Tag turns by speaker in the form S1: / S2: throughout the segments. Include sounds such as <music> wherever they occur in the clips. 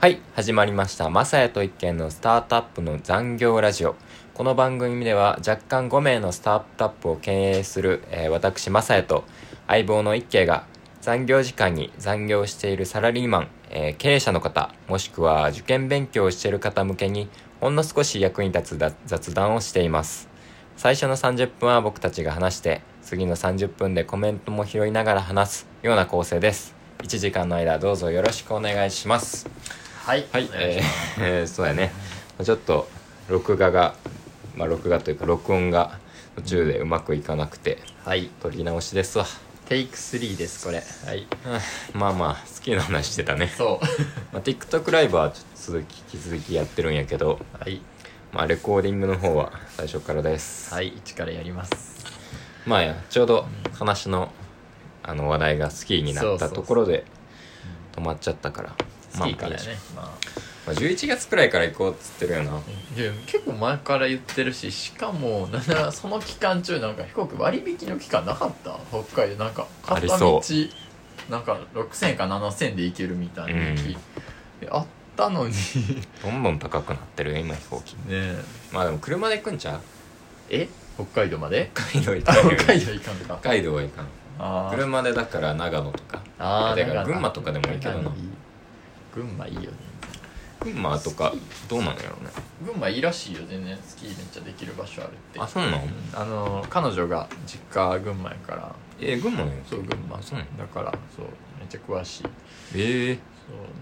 S1: はい始まりました「まさやと一軒のスタートアップの残業ラジオ」この番組では若干5名のスタートアップを経営する、えー私まさやと相棒の一軒が残業時間に残業しているサラリーマン、えー経営者の方もしくは受験勉強をしている方向けにほんの少し役に立つ雑雑談をしています最初の30分は僕たちが話して次の30分でコメントも拾いながら話すような構成です1時間の間どうぞよろしくお願いします
S2: はい
S1: はい、えー <laughs> えーそうやねちょっと録画がまあ録画というか録音が途中でうまくいかなくて
S2: はい
S1: 撮り直しですわ
S2: テイク3ですこれはい
S1: うんまあまあ好きな話してたね、
S2: そう
S1: まあ、TikTok ライブはちょっと続き引き続きやってるんやけど、
S2: はい
S1: まあ、レコーディングの方は最初からです、
S2: はい一からやります
S1: まあやちょうど話のあの話題がスキーになったところで止まっちゃったから
S2: スキーからやね、まあ
S1: まあ、11月くらいから行こうっつってるよな
S2: でも結構前から言ってるししかもなんならその期間中なんか飛行機割引の期間なかった北海道なんか
S1: あり
S2: 片
S1: そ
S2: 道
S1: う
S2: なんか6000円か7000円で行けるみたいな時期、であったのに <laughs> ね
S1: どんどん高くなってるよ今飛行機
S2: え
S1: まあでも車で行くんちゃう
S2: え北海道まで
S1: 北海道行
S2: あ
S1: かんよ
S2: 北海道行かんか
S1: 北海道は行かん
S2: あー
S1: 車でだから長野とか
S2: あー
S1: だから
S2: 長野
S1: 群馬とかでもいいけどな
S2: 長野いい群馬いいよね
S1: 群馬とかどうなんやろうね
S2: 群馬いいらしいよ全然スキーめっちゃできる場所あるって
S1: あそうなの
S2: うんあの彼女が実家群馬やから
S1: えー、群馬ね
S2: そう群馬
S1: そうなの
S2: だからそうめっちゃ詳しいそ
S1: ええ
S2: う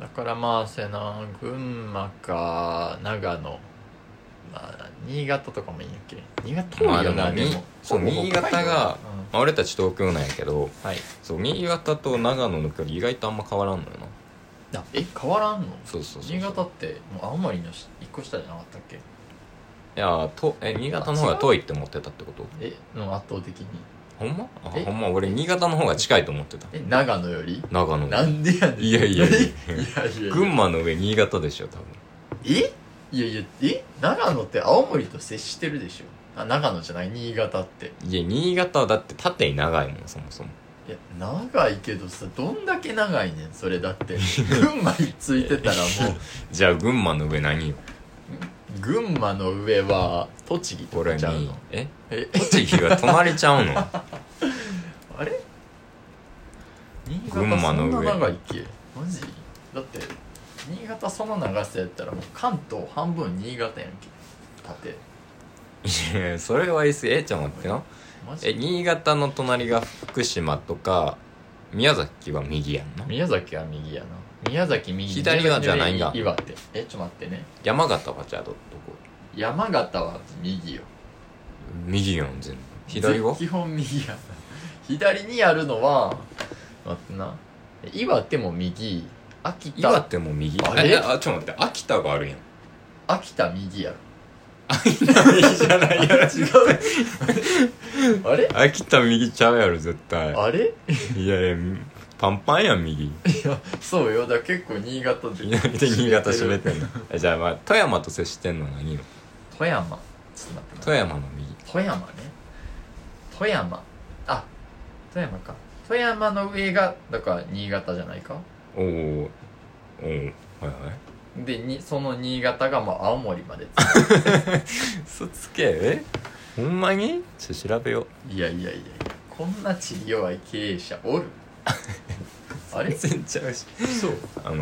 S2: だからまあせな群馬か長野まあ新潟とかもいいんやっけ新潟
S1: ま
S2: もい
S1: あ
S2: い
S1: で
S2: よ
S1: も
S2: なで
S1: に
S2: も
S1: そう新潟が、まあ、俺たち東京なんやけど
S2: うんはい
S1: そう新潟と長野の距離意外とあんま変わらんのよな
S2: あえ変わらんの
S1: そうそうそうそう
S2: 新潟ってもう青森のし一個下じゃなかったっけ
S1: いやとえ新潟の方が遠いって思ってたってこと
S2: えの圧倒的に
S1: ほんまあ
S2: え
S1: ほんま俺新潟の方が近いと思ってた
S2: え長野より
S1: 長野
S2: なんでやねん
S1: いやいやいや
S2: <laughs> いやいや
S1: 群馬の上新潟でしょ多分
S2: えいやいやえ長野って青森と接してるでしょあ長野じゃない新潟って
S1: いや新潟はだって縦に長いもんそもそも
S2: いや長いけどさどんだけ長いねんそれだって
S1: <laughs>
S2: 群馬についてたらも
S1: じゃあ群馬の上何よ
S2: う群馬の上は栃木と
S1: 俺
S2: か
S1: に
S2: ちゃうの
S1: え
S2: え
S1: 栃木が隣ちゃうの
S2: あれ新
S1: 群
S2: 潟
S1: 馬
S2: そ
S1: の
S2: ん
S1: 上
S2: な長いっけマジだって新潟その長さやったらもう関東半分新潟やんけ縦
S1: いやそれは言い過ぎえちょっと待ってな
S2: マジ
S1: え新潟の隣が福島とか宮崎は右やんな
S2: 宮崎は右やな宮崎右
S1: 左はじゃないんだ
S2: 順々に岩手えちょっと待ってね
S1: 山形はじゃあどどこ
S2: 山形は右よ
S1: 右やん全部左は
S2: 基本右や左にあるのは待ってな岩手も右秋
S1: 岩
S2: 田
S1: 手も右
S2: あれ
S1: えあちょっと待って秋田がある
S2: <laughs>
S1: やん
S2: 秋田右やろ
S1: 右じゃないやろ
S2: 違うあれ
S1: 秋田右ちゃうやろ絶対
S2: あれ
S1: いやいやパンパンやん右
S2: そうよだから結構新潟 <laughs> で
S1: 新潟閉めてんの <laughs> えじゃあ、まあ、富山と接してんのは何よ
S2: 富山ちょっと待ってな
S1: 富山の右
S2: 富山ね富山あ富山か富山の上がだから新潟じゃないか
S1: おおおおはいはい
S2: でにその新潟がまあ青森まで
S1: <laughs> 嘘つけえほんまにちょっと調べよ
S2: いやいやいやこんな地理弱い経営者
S1: <laughs>
S2: おるあ
S1: う
S2: れ
S1: 全然ちゃうし
S2: そう
S1: あの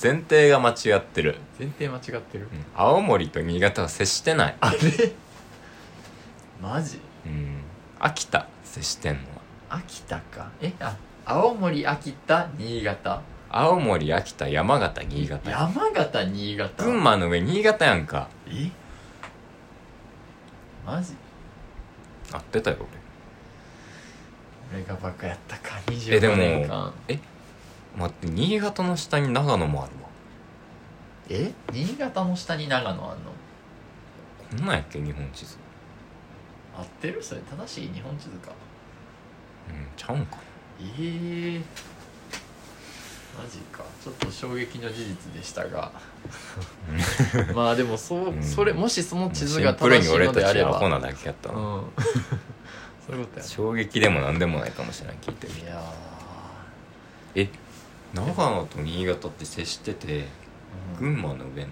S1: 前提が間違ってる、
S2: 前提間違ってる
S1: うん、青森と新潟は接してない
S2: あれマジ
S1: うん秋田接してんのは
S2: 秋田かえあ青森秋田新潟
S1: 青森秋田山形新潟
S2: 山形新潟
S1: 群馬の上新潟やんか
S2: えマジ
S1: 合ってたよ
S2: 俺がバカやったか
S1: えでも
S2: 25年間
S1: 俺待って新潟の下に長野もあるわ
S2: え新潟の下に長野あんの
S1: こんなんやっけ日本地図
S2: 合ってるそれ正しい日本地図か
S1: うんちゃうんか
S2: ええマジかちょっと衝撃の事実でした
S1: <laughs>
S2: がまあでもそう、
S1: うん
S2: それもしその
S1: な
S2: 地図が
S1: シンプル
S2: 正
S1: に
S2: しい
S1: 俺
S2: のであ
S1: たち
S2: れ
S1: ア
S2: ば
S1: ホなだけやった
S2: う
S1: なん
S2: そういうことや
S1: 衝撃でも何でもないかもしれない聞いてる
S2: いや
S1: え長野と新潟って接してて
S2: ーめっ
S1: 群馬の上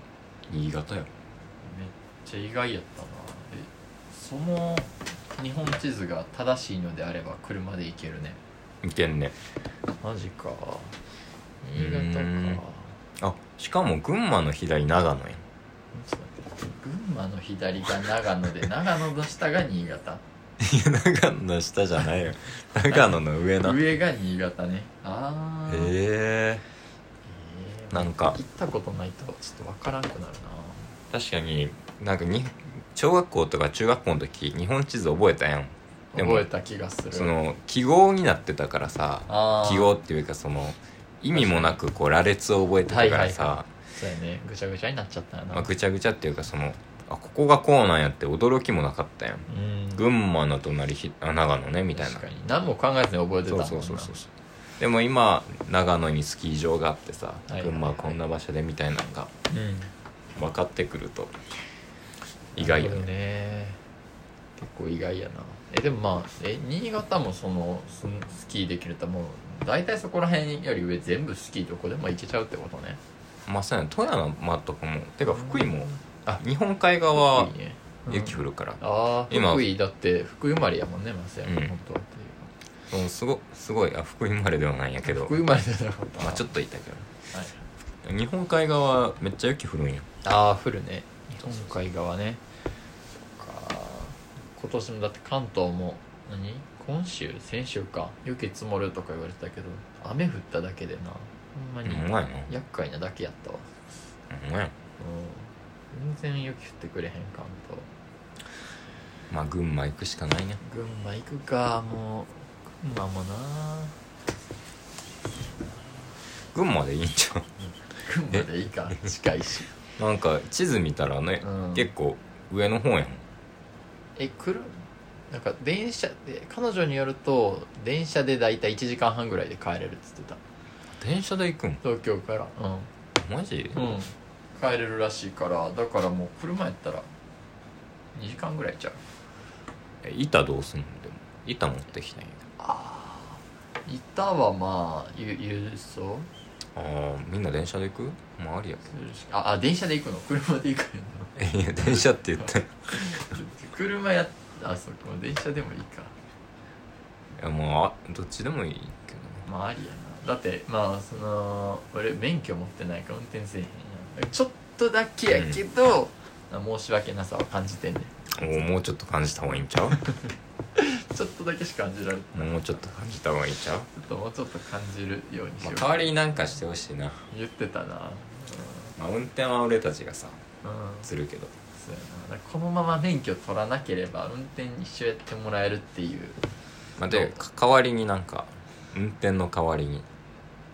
S1: 新潟よ
S2: ちゃ意外やったなえその日本地図が正しいのであれば車で行けるね
S1: いけんね
S2: マジか
S1: う
S2: 新
S1: ーん
S2: 潟か
S1: あしかも群馬の左長野や
S2: そう群馬の左が長野で長野の下が新潟
S1: いや長野の下じゃ <laughs> ないよ長野の上なへ
S2: 上が新潟ねああ
S1: え
S2: えー
S1: なんか
S2: 行ったことないとちょっと分からんくなるな
S1: 確かになんかに小学校とか中学校の時日本地図覚えたやんでも
S2: 覚えた気がする
S1: その記号になってたからさ
S2: あー
S1: 記号っていうかその意味もなくこう羅列を覚えてたからさ、
S2: はいはそうやねぐちゃぐちゃになっちゃったよな、
S1: まあ、ぐちゃぐちゃっていうかそのあここがこうなんやって驚きもなかったやん
S2: うん
S1: 群馬の隣ひあ長野ねみたいな
S2: 確かに何も考えずに覚えて
S1: そう
S2: たもんな
S1: そうそうそうそうでも今長野にスキー場があってさ
S2: いはいはい
S1: 群馬はこんな場所でみたいなのが
S2: うん
S1: 分かってくると意外よ
S2: なるほど
S1: ね
S2: ね結構意外やなえでもまあえ新潟もそのススキーできるともう大体そこら辺より上全部スキーどこでも行けちゃうってことね
S1: まあそうやね富山とかもてか福井も
S2: あ
S1: 日本海側は
S2: 福井ねうん
S1: 雪降るから、
S2: ああ
S1: 今
S2: 福井だって福井生まれやもんねまさや
S1: うん
S2: 本当ってい
S1: その
S2: う
S1: すごすごいあ福井生まれではないんやけど
S2: 福井生まれじゃなかった
S1: まあちょっ
S2: と、
S1: といたけ
S2: はい
S1: ど日本海側めっちゃ雪降るんや
S2: ああ降るね日本海側ねそっか今年もだって関東も何今週先週か雪積もるとか言われてたけど雨降っただけでなほんま
S1: う
S2: に
S1: まいな
S2: 厄介なだけやったわ
S1: うまい
S2: うん全然雪降ってくれへん関東
S1: まあ群馬行くしかないね
S2: 群馬行くかもう群馬もな
S1: 群馬でいいんちゃ
S2: 群馬でいいか近いし
S1: う <laughs> なんか地図見たらね、
S2: うん
S1: 結構上の方やん
S2: え来るなんか電車で彼女によると電車で大体1時間半ぐらいで帰れるっつってた
S1: 電車で行くん
S2: 東京からうん
S1: マジ、
S2: うん帰れるらしいからだからもう車やったら2時間ぐらいちゃう
S1: え板どうすんのでも板持ってきたんや
S2: 板はまあゆ輸送
S1: けどああみんな電車で行くまあありや
S2: ああ電車で行くの車で行く <laughs> の
S1: けどいや電車って言ったい
S2: 車やあそこ電車でもいいか
S1: やまあどっちでもいいけどね
S2: まあありやなだってまあその俺免許持ってないから運転せえへんやんちょっとだけやけど、あ申し訳なさは感じてんねん
S1: おーもうちょっと感じた方がいいんちゃう
S2: ちょっとだけしか感じられてな
S1: <laughs>
S2: い
S1: もうちょっと感じた方がいいんちゃう、
S2: ちょっともうちょっと感じるように
S1: ま
S2: し
S1: あ、
S2: よう、
S1: 代わりになんかしてほしいな、
S2: 言ってたな
S1: まあ、運転は俺たちがさ
S2: うん、うん
S1: するけど
S2: そうやなだからこのまま免許取らなければ運転一緒やってもらえるっていう
S1: まあ、でか代わりになんか運転の代わりに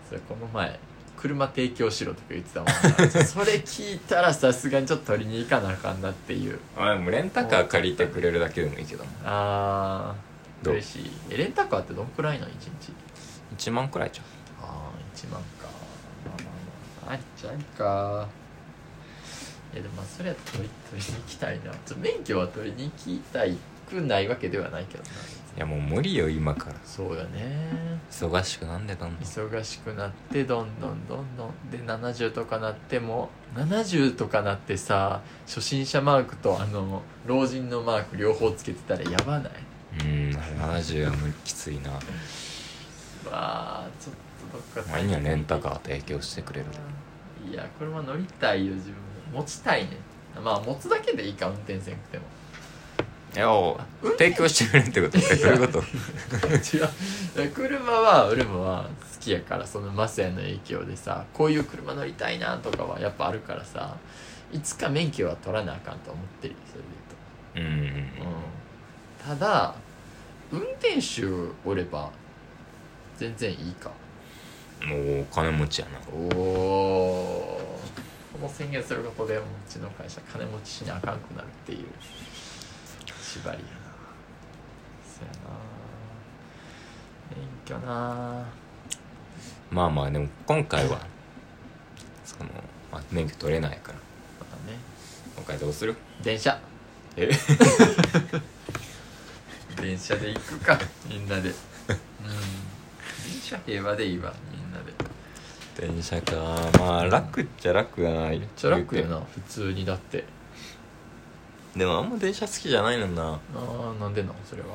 S2: それこの前車提供しろとか言ってたも
S1: <laughs>
S2: んなそれ聞いたらさすがにちょっと取りに行かなあかんなっていう
S1: あでもレンタカー借りてくれるだけでもいいけど
S2: ああ
S1: どう
S2: 嬉しいえレンタカーってどんくらいの1日
S1: 1万くらいちゃ
S2: ああ1万かまあまあまあありっちゃありかいやでもまあそれは取り取りに行きたいなちょ免許は取りに行きたいくないわけではないけどな
S1: ういやもう無理よ今から
S2: そうよね
S1: 忙しくなんでどんどん
S2: 忙しくなってどんどんどんどんで70とかなっても70とかなってさ初心者マークとあの老人のマーク両方つけてたらやばないう
S1: ーん70は無理きついな
S2: わあちょっとどっか
S1: まあいいやレンタカー提供してくれる
S2: いや車乗りたいよ自分持ちたいねまあ持つだけでいいか運転せんく
S1: <laughs>
S2: ても
S1: いやお提供してくれるって <laughs> ことえどういうこと
S2: 違う車は俺もは好きやからそのマスヤの影響でさこういう車乗りたいなとかはやっぱあるからさいつか免許は取らなあかんと思ってるよそれ
S1: う
S2: で
S1: んうん
S2: 言うと、うん、ただ運転手おれば全然いいか
S1: もうお金持ちやな
S2: おおこの宣言することでもううちの会社金持ちしなあかんくなるっていう縛りやなそうやな免許な
S1: まあまあでも今回はその、まあ、免許取れないから
S2: まあね
S1: 今回どうする
S2: 電車
S1: え
S2: 電車で行くかみんなでうん電車平和でいいわみんなで
S1: 電車かまあ楽っちゃ楽やな
S2: めっちゃ楽やな普通にだって
S1: でもあんま電車好きじゃないのにな
S2: ああなんでなんそれは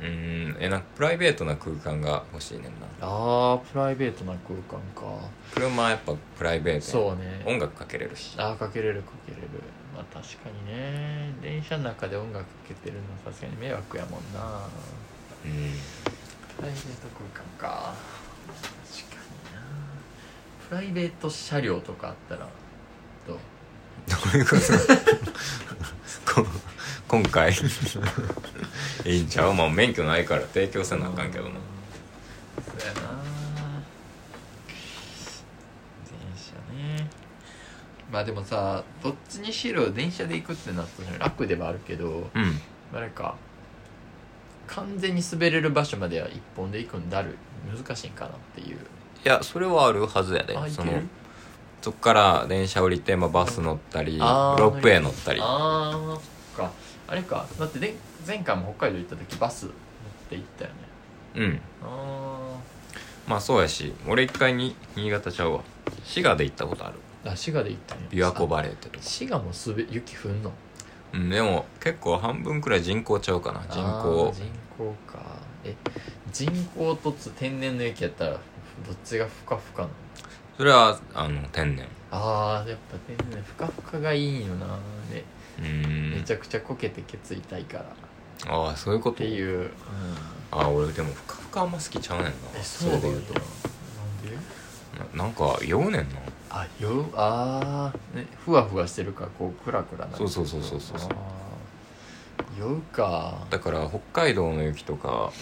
S1: うーんえなんかプライベートな空間が欲しいねんな
S2: あープライベートな空間か
S1: 車はやっぱプライベートやん
S2: そうね
S1: 音楽かけれるし
S2: ああかけれるかけれるまあ確かにね電車の中で音楽かけてるのはさすがに迷惑やもんな
S1: うん
S2: プライベート空間か確かになプライベート車両とかあったらどう
S1: どういうことこ今回いいんちゃうまあ免許ないから提供せなあかんけどな
S2: そうやな電車ねまあでもさどっちにしろ電車で行くってなったら楽ではあるけど
S1: うん
S2: あれか完全に滑れる場所までは一本で行くんだる難しいんかなっていう
S1: いやそれはあるはずやで
S2: あ
S1: そ
S2: 行け
S1: の
S2: る
S1: そっから電車降りて、まあ、バス乗ったりロ
S2: あー
S1: ープウェイ乗ったり
S2: あーそっかあれかだってで前回も北海道行った時バス乗って行ったよね
S1: うん
S2: あ
S1: まあそうやし俺一回に新潟ちゃうわ滋賀で行ったことある
S2: ーあ滋賀で行ったね
S1: 琵琶湖バレーってとこ、
S2: 滋賀も滑雪降んの
S1: うん、でも結構半分くらい人口ちゃうかな人
S2: あー
S1: 口
S2: 人口かえ人口とつ天然の雪やったらどっちがふかふかなの
S1: それはあの天然
S2: あーやっぱ天然ふかふかがいいよなで
S1: う
S2: め
S1: ーん
S2: ちゃくちゃこけてケツ痛いからっ
S1: ああそういうこと
S2: ていう、うん、
S1: ああ俺でもふかふかあんま好きちゃうねんな
S2: えそうだ
S1: れ
S2: よ
S1: で言
S2: なん
S1: うと
S2: で
S1: ななんか酔うねんな
S2: あよあー、ね、ふわふわしてるからこうクラクラなる
S1: そうそうそうそうそうそう
S2: あー酔うか
S1: だから北海道の雪とか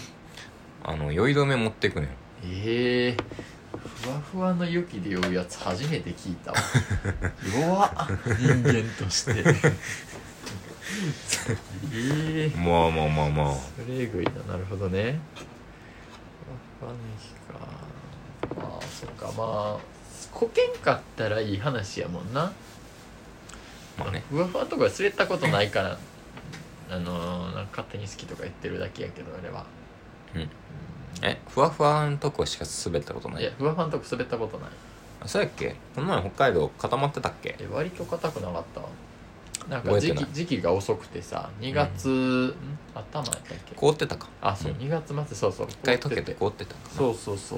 S1: あの酔い止め持ってくねん
S2: ええふわふわの雪で酔うやつ初めて聞い
S1: <laughs>
S2: たわ弱っ人間としてええ
S1: まあまあまあまあ
S2: それえぐいななるほどねふわふわの雪かまあそっかまあこけんかったらいい話やもんな
S1: まあね
S2: ふわふわとか滑ったことないからあのーなんか勝手に好きとか言ってるだけやけどあれは
S1: うんえふわふわのとこしか滑ったことない
S2: や
S1: い
S2: ふわふわのとこ滑ったことない
S1: あそうやっけこの前北海道固まってたっけ
S2: え割と硬くなかったなんか
S1: 覚えて
S2: 時
S1: ない
S2: 期時期が遅くてさ2月、ん頭やったっけ
S1: 凍ってたか
S2: あそう、
S1: ん
S2: 2月末そうそう
S1: 一回溶けて
S2: 凍
S1: 凍ってたんか
S2: っ
S1: な
S2: ててそうそうそ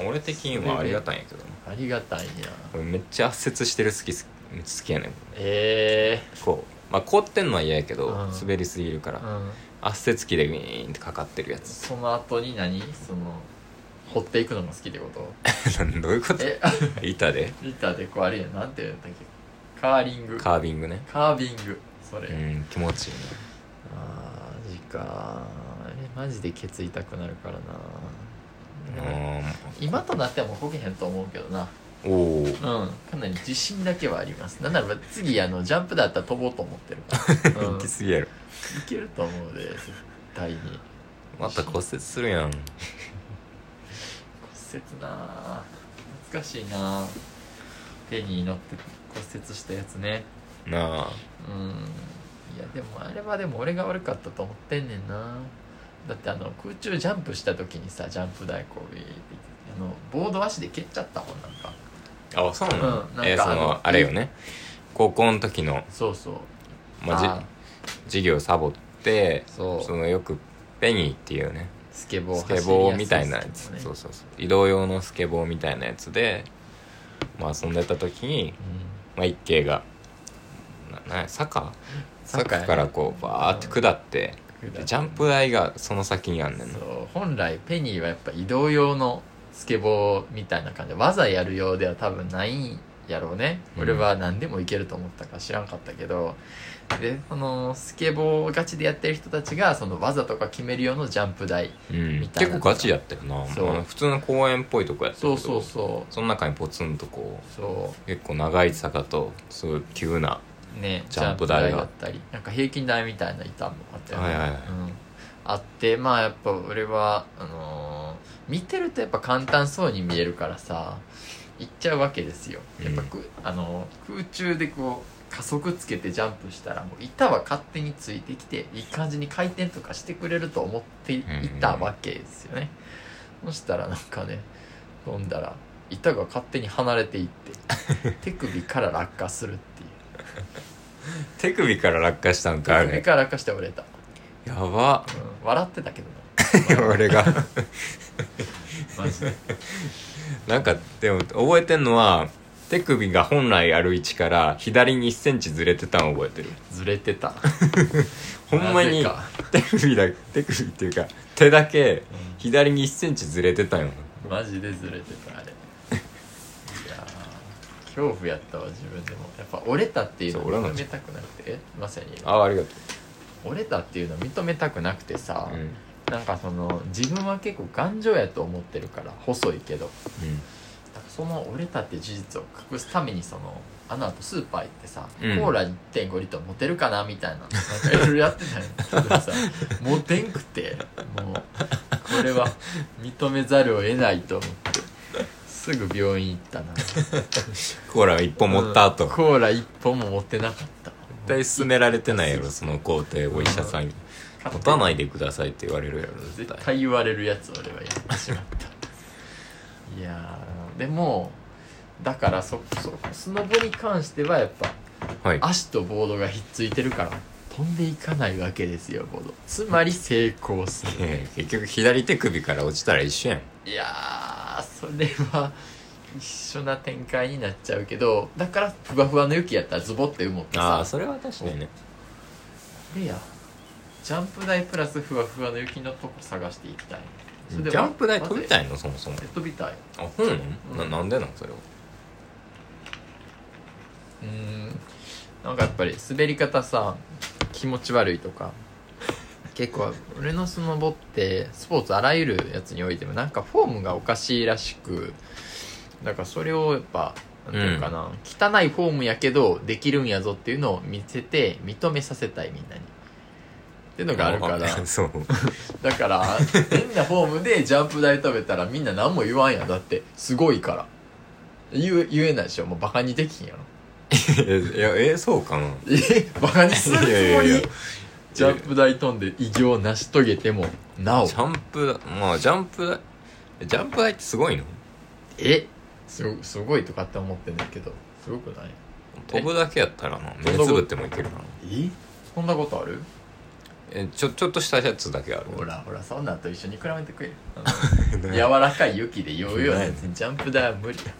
S2: う
S1: 俺的にはありがたいんやけどな
S2: ありがたいな
S1: 俺めっちゃ圧雪してる好きすめっちゃ好きやねん
S2: え
S1: こうまあ凍ってんのは嫌やけど、
S2: うん
S1: 滑りすぎるか
S2: え
S1: ら、
S2: うん
S1: 圧雪機でウィーンってかかってるやつ <laughs>
S2: その後に何その掘っていくのが好きってこと
S1: どういうこと
S2: え
S1: 板で
S2: リッターでこうあれやんなんて言うんだっけカーリング
S1: カービングね
S2: カービングそれ、
S1: うん気持ちいい
S2: あーマジかえマジでケツ痛くなるから
S1: な
S2: な、今となってはもうこけへんと思うけどな
S1: うんおお
S2: うんかなり自信だけはありますなんならば次あのジャンプだったら飛ぼうと思ってる <laughs> から、うん、
S1: 行
S2: い
S1: き過ぎやろ
S2: けると思うで絶対に骨
S1: また骨折するやん
S2: 折なあ懐かしいなあペニー乗って骨折したやつね
S1: なあ
S2: うんいやでもあれはでも俺が悪かったと思ってんねんなだってあの空中ジャンプした時にさジャンプ台こうウィーってあのボード足で蹴っちゃったもんなんか
S1: あそうなの、
S2: うんなんか
S1: えーそ
S2: あ
S1: の
S2: の
S1: あれよね高校の時の、
S2: そうそう
S1: まあじ
S2: あ
S1: 授業サボって
S2: そう
S1: そのよくペニーっていうね
S2: スケボー
S1: スケ
S2: 走りやす
S1: ボーみたいなやつ
S2: スケボーね
S1: そうそうそう移動用のスケボーみたいなやつで、まあ、遊んでた時に、
S2: う
S1: まあ、一慶がななんや坂
S2: 坂や
S1: 坂からこうバーって下って、
S2: ん
S1: でジャンプ台がその先にあんねんな
S2: そう本来ペニーはやっぱ移動用のスケボーみたいな感じで技やるようでは多分ないんやろうね
S1: うん
S2: 俺は何でもいけると思ったから知らんかったけど、でそのスケボーガチでやってる人たちがその技とか決める用のジャンプ台
S1: うん
S2: みたい
S1: 結
S2: な
S1: 構ガチやったよな
S2: そう
S1: あの普通の公園っぽいとこやったけ
S2: そ
S1: ど
S2: うそうそ
S1: その中にポツンとこ
S2: うそ
S1: うん結構長い坂とすごい急な
S2: うね
S1: ジャンプ台が
S2: ジャだったりなんか平均台みたいな板もあったよね、
S1: はいはいはい
S2: うん、あってまあやっぱ俺はあのー見てるとやっぱ簡単そうに見えるからさ行っちゃうわけですよやっぱく、あのー空中でこう加速つけてジャンプしたらもう板は勝手についてきていい感じに回転とかしてくれると思っていたわけですよね、そしたらなんかね飛んだら板が勝手に離れていって
S1: <laughs>
S2: 手首から落下するっていう
S1: 手首から落下したんかあ
S2: 手首
S1: れ
S2: から落下して折れた、
S1: やば
S2: うん、笑ってたけどな
S1: <laughs> 俺が
S2: マジで
S1: なんかでも覚えてんのは手首が本来ある位置から左に1センチずれてたん覚えてる
S2: ずれてた
S1: ほんま
S2: なぜ
S1: に
S2: か
S1: 手首だ手首っていうか手だけ
S2: うん
S1: 左に1センチずれてたんよ
S2: マジでずれて <laughs> たあれいやー恐怖やったわ自分でもやっぱ折れたっていうの
S1: そう折らない
S2: 認めたくなくてえまさに
S1: あありがと
S2: 折れたっていうの認めたくなくてさ
S1: う、うん、うん、
S2: なんかその自分は結構頑丈やと思ってるから細いけどだからその折れたっていう事実を隠すためにそのあの後スーパー行ってさ、
S1: うん
S2: コーラ1.5リットル持てるかなみたいななんかいろいろやってたんやけどさ持てんくてもうこれは認めざるを得ないと思ってすぐ病院行ったな
S1: コーラを1本持った後、
S2: うん
S1: 絶
S2: コーラ1本も持ってなかった
S1: 対勧められてないやろその工程お医者さんに持たないでくださいって言われるやろ絶
S2: 絶
S1: 対
S2: 対言われるやつ俺はやってしまったいやーでもだからそそスノボに関してはやっぱ
S1: はい
S2: 足とボードがひっついてるから飛んでいかないわけですよボードつまり成功す
S1: <laughs>
S2: る
S1: ええ結局左手首から落ちたら一緒やん
S2: いやーそれは一緒な展開になっちゃうけどだからふわふわの雪やったらズボって埋もって
S1: あ
S2: さ
S1: あそれは確かにね
S2: でやジャンプ台プラスふわふわの雪のとこ探していきたい
S1: ジ
S2: それで
S1: ャンプ台飛びた
S2: い
S1: いのそもそも
S2: 飛びたい
S1: あそうなの、な
S2: うん
S1: なんでなんそれは
S2: うーんなんかやっぱり滑り方さ気持ち悪いとか結構俺のスノボってスポーツあらゆるやつにおいてもなんかフォームがおかしいらしくだからそれをやっぱなんていうかな、汚いフォームやけどできるんやぞっていうのを見せて認めさせたいみんなに。っていうのがあるから
S1: <laughs> そう
S2: だから変なフォームでジャンプ台食べたらみんな何も言わんやんだってすごいから言う言えないでしょもうバカにできひんやろ
S1: いやえそうかな
S2: え <laughs> バカにするつもり
S1: いやいやいや
S2: ジャンプ台飛んで偉業を成し遂げてもなお
S1: ジャンプだまあジャンプだジャンプ台ってすごいの
S2: えすごすごいとかって思ってんだけどすごくない
S1: 飛ぶだけやったらな
S2: そ
S1: 目
S2: んなこと
S1: つぶってもいけるかな
S2: えそんなことある
S1: えちょちょっとしたやつだけある
S2: ほらほらそんなんと一緒に比べてくれあの <laughs> 柔らかい雪で酔うようなやつにジャンプ台は無理
S1: か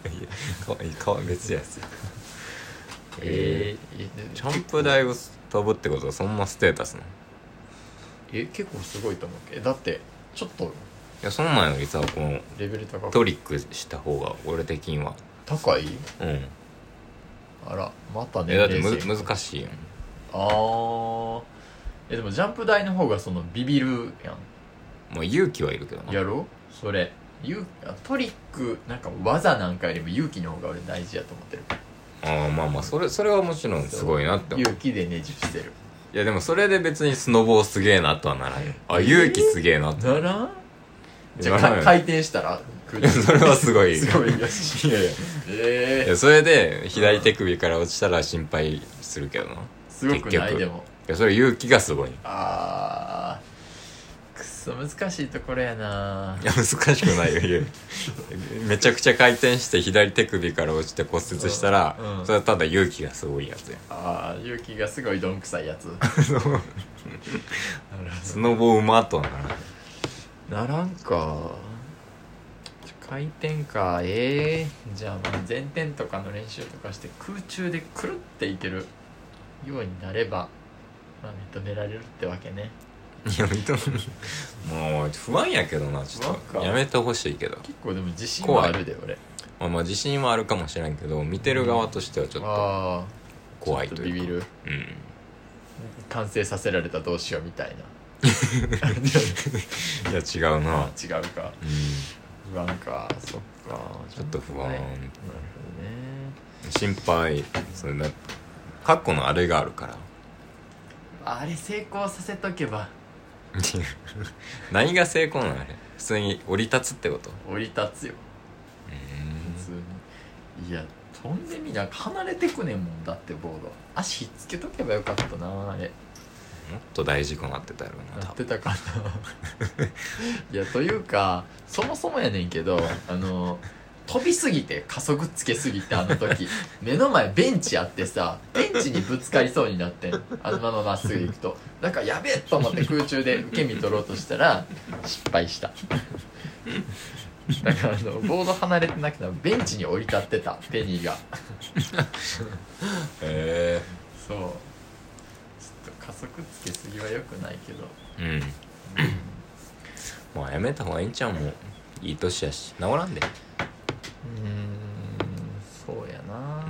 S1: わいいかわいい別やつ
S2: えー、え
S1: ジャンプ台を飛ぶってことはそんなステータスなのい
S2: え結構すごいと思うけどだってちょっと
S1: やそんなんよりさこの
S2: レベル高
S1: ト
S2: く
S1: リックした方が俺的には
S2: 高い
S1: うん
S2: あらまたね
S1: えだってむ
S2: 冷静
S1: 難しいやん
S2: ああえでもジャンプ台の方がそのビビるやん
S1: まあ勇気はいるけどな
S2: やろそれ勇あトリックなんか技なんかよりも勇気の方が俺大事やと思ってる
S1: ああまあまあそれそれはもちろんすごいなって思う
S2: 勇気でねじ伏せる
S1: いやでもそれで別にスノボーすげえなとはならんよあ勇気すげえなって
S2: ならんじゃあ
S1: ならん
S2: か
S1: よ
S2: 回転したら
S1: いや <laughs> それはすごい
S2: すごいよし
S1: いやいや
S2: え
S1: い
S2: え
S1: やそれで左手首から落ちたら心配するけどない
S2: すごく
S1: 結
S2: ない
S1: 局
S2: でも
S1: やそれ勇気がすごいい
S2: あーくっそ難しいところやな
S1: や難しく
S2: <laughs>
S1: ないよ勇気めちゃくちゃ回転して左手首から落ちて骨折したら、
S2: うんうん
S1: それはただ勇気がすごいや
S2: <laughs>
S1: つや
S2: あー勇気がすごいどんくさいや
S1: <laughs>
S2: つなるほど
S1: スノボうまとはならん
S2: ならんか回転かええじゃあまあ前転とかの練習とかして空中でくるっていけるようになれば、まあ、認められるってわけね
S1: いや認めもう不安やけどなちょっと
S2: 不安か
S1: やめてほしいけど
S2: 結構でも自信はあるで俺
S1: まあまあ自信はあるかもしれんけど見てる側としてはちょっと
S2: ああ
S1: 怖い
S2: ちょっ
S1: と
S2: と
S1: いう
S2: ビ
S1: か
S2: ビる
S1: うん
S2: 完成させられたどうしようみたいな
S1: いや違うな、
S2: 違うか
S1: うん、
S2: 不安かそっか
S1: ちょっと不安
S2: なるほどね
S1: 心配それだ過去のあれがある <laughs> から
S2: あれ成功させとけば
S1: 何が成功なのあれ普通に降り立つってこと
S2: 降り立つよ普通にいや飛んでみなんか離れてくねんもんだってボード足ひっつけとけばよかったなあれ
S1: もっと大事故なってたやろうな
S2: な
S1: 多
S2: って
S1: 分
S2: たかな <laughs> いやというかそもそもやねんけどあの飛びすぎて加速つけすぎてあの時目の前ベンチあってさベンチにぶつかりそうになってんあのまままっすぐ行くとなんかやべえと思って空中で受け身取ろうとしたら失敗しただからあのボード離れてなくてもベンチに降り立ってたペニーが
S1: へ
S2: そうちょっと加速つけすぎは良くないけど
S1: えうんもうやめた方がいいんちゃうもういい年やし治らんで
S2: うーんそうや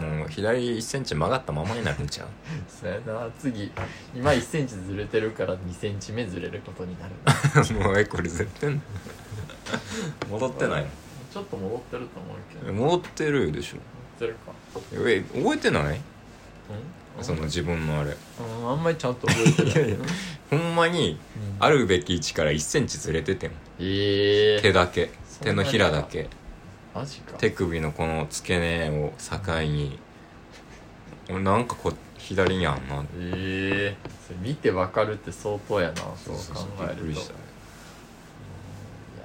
S2: な
S1: もう左1センチ曲がったままになるんちゃう
S2: そうやな次今1センチずれてるから2センチ目ずれることになる
S1: <laughs> もうえこれ絶対戻ってない
S2: ちょっと戻ってると思うけど
S1: の
S2: 戻っ
S1: 戻ってるでしょ
S2: てるか
S1: え覚えてない
S2: うん
S1: その自分のあれ
S2: うんあんまりちゃんと覚えてな
S1: <laughs>
S2: い
S1: いやいやほんまにあ
S2: る
S1: るべき位置から1センチずれててん
S2: ええ
S1: 手だけ
S2: そん
S1: 手
S2: なに
S1: のひらだけ
S2: マジか
S1: 手首のこの付け根を境に俺なんかこう左やんな
S2: ええそれ見てわかるって相当やなそう考
S1: び
S2: える
S1: っ
S2: と
S1: くりした
S2: い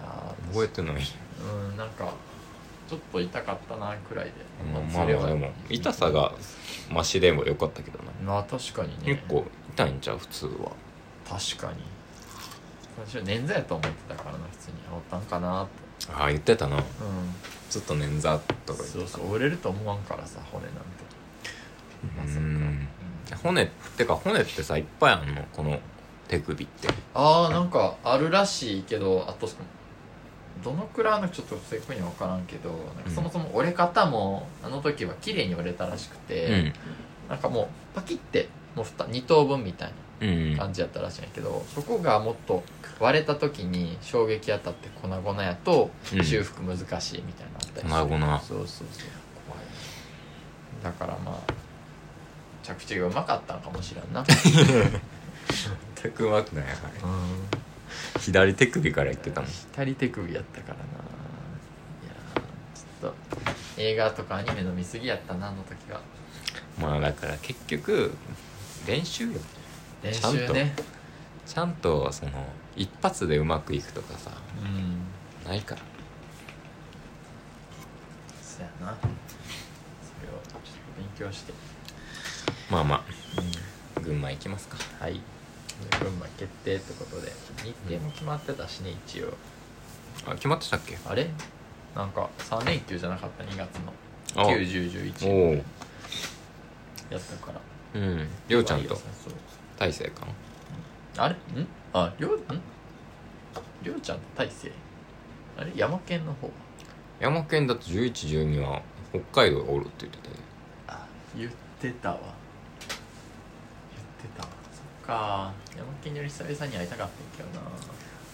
S2: やー
S1: 覚えてない
S2: うんなんかちょっと痛かったなくらいで
S1: まあまあでも痛さがマシでもよかったけどな
S2: まあ確かにね
S1: 結構痛いんちゃう普通は
S2: 確かに私は捻挫やと思ってたからな普通におったんかなって
S1: ああ言ってたな
S2: う
S1: ちょっと捻挫と
S2: ん
S1: か
S2: そうそう折れると思わんからさ骨なんてまさか、
S1: う
S2: うん
S1: ん骨ってか骨ってさいっぱいあんのこの手首って
S2: ああなんかあるらしいけどあとどのくらいのちょっと正確には分からんけどなんかそもそも折れ方もあの時は綺麗に折れたらしくて、
S1: うん
S2: なんかもうパキってもう 2, 等分みたい
S1: うん
S2: な感じやったらしいんやけど、そこがもっと割れた時に衝撃当たって粉々やと
S1: うん
S2: 修復難しいみたいなのあった
S1: 粉
S2: り
S1: 々
S2: そうそうそう怖いだからまあ着地がうまかったんかもしれんな
S1: 全くうまくないあれ
S2: うん
S1: 左手首から言ってたもん
S2: 左手首やったからないやーちょっと映画とかアニメの見すぎやったなあの時が
S1: まあだから結局練習よ
S2: 練習ね
S1: ちゃんとその一発でうまくいくとかさ
S2: うん
S1: ないから
S2: そうやなそれをちょっと勉強して、
S1: まあま
S2: うん、
S1: あ群馬行きますか
S2: はい群馬決定ってことで日程も決まってたしね一応
S1: あ決まってたっけ
S2: あれなんか3連休じゃなかった2月の
S1: あお
S2: 9011
S1: お
S2: やったから
S1: うんりょうちゃんと
S2: そう
S1: 大勢かな
S2: あれんありょうんりょうちゃんと大勢あれ山県の方
S1: 山県だと1112は北海道がおるって言ってたよ
S2: あ言ってたわ言ってたわそっか山県より久々に会いたかったんけど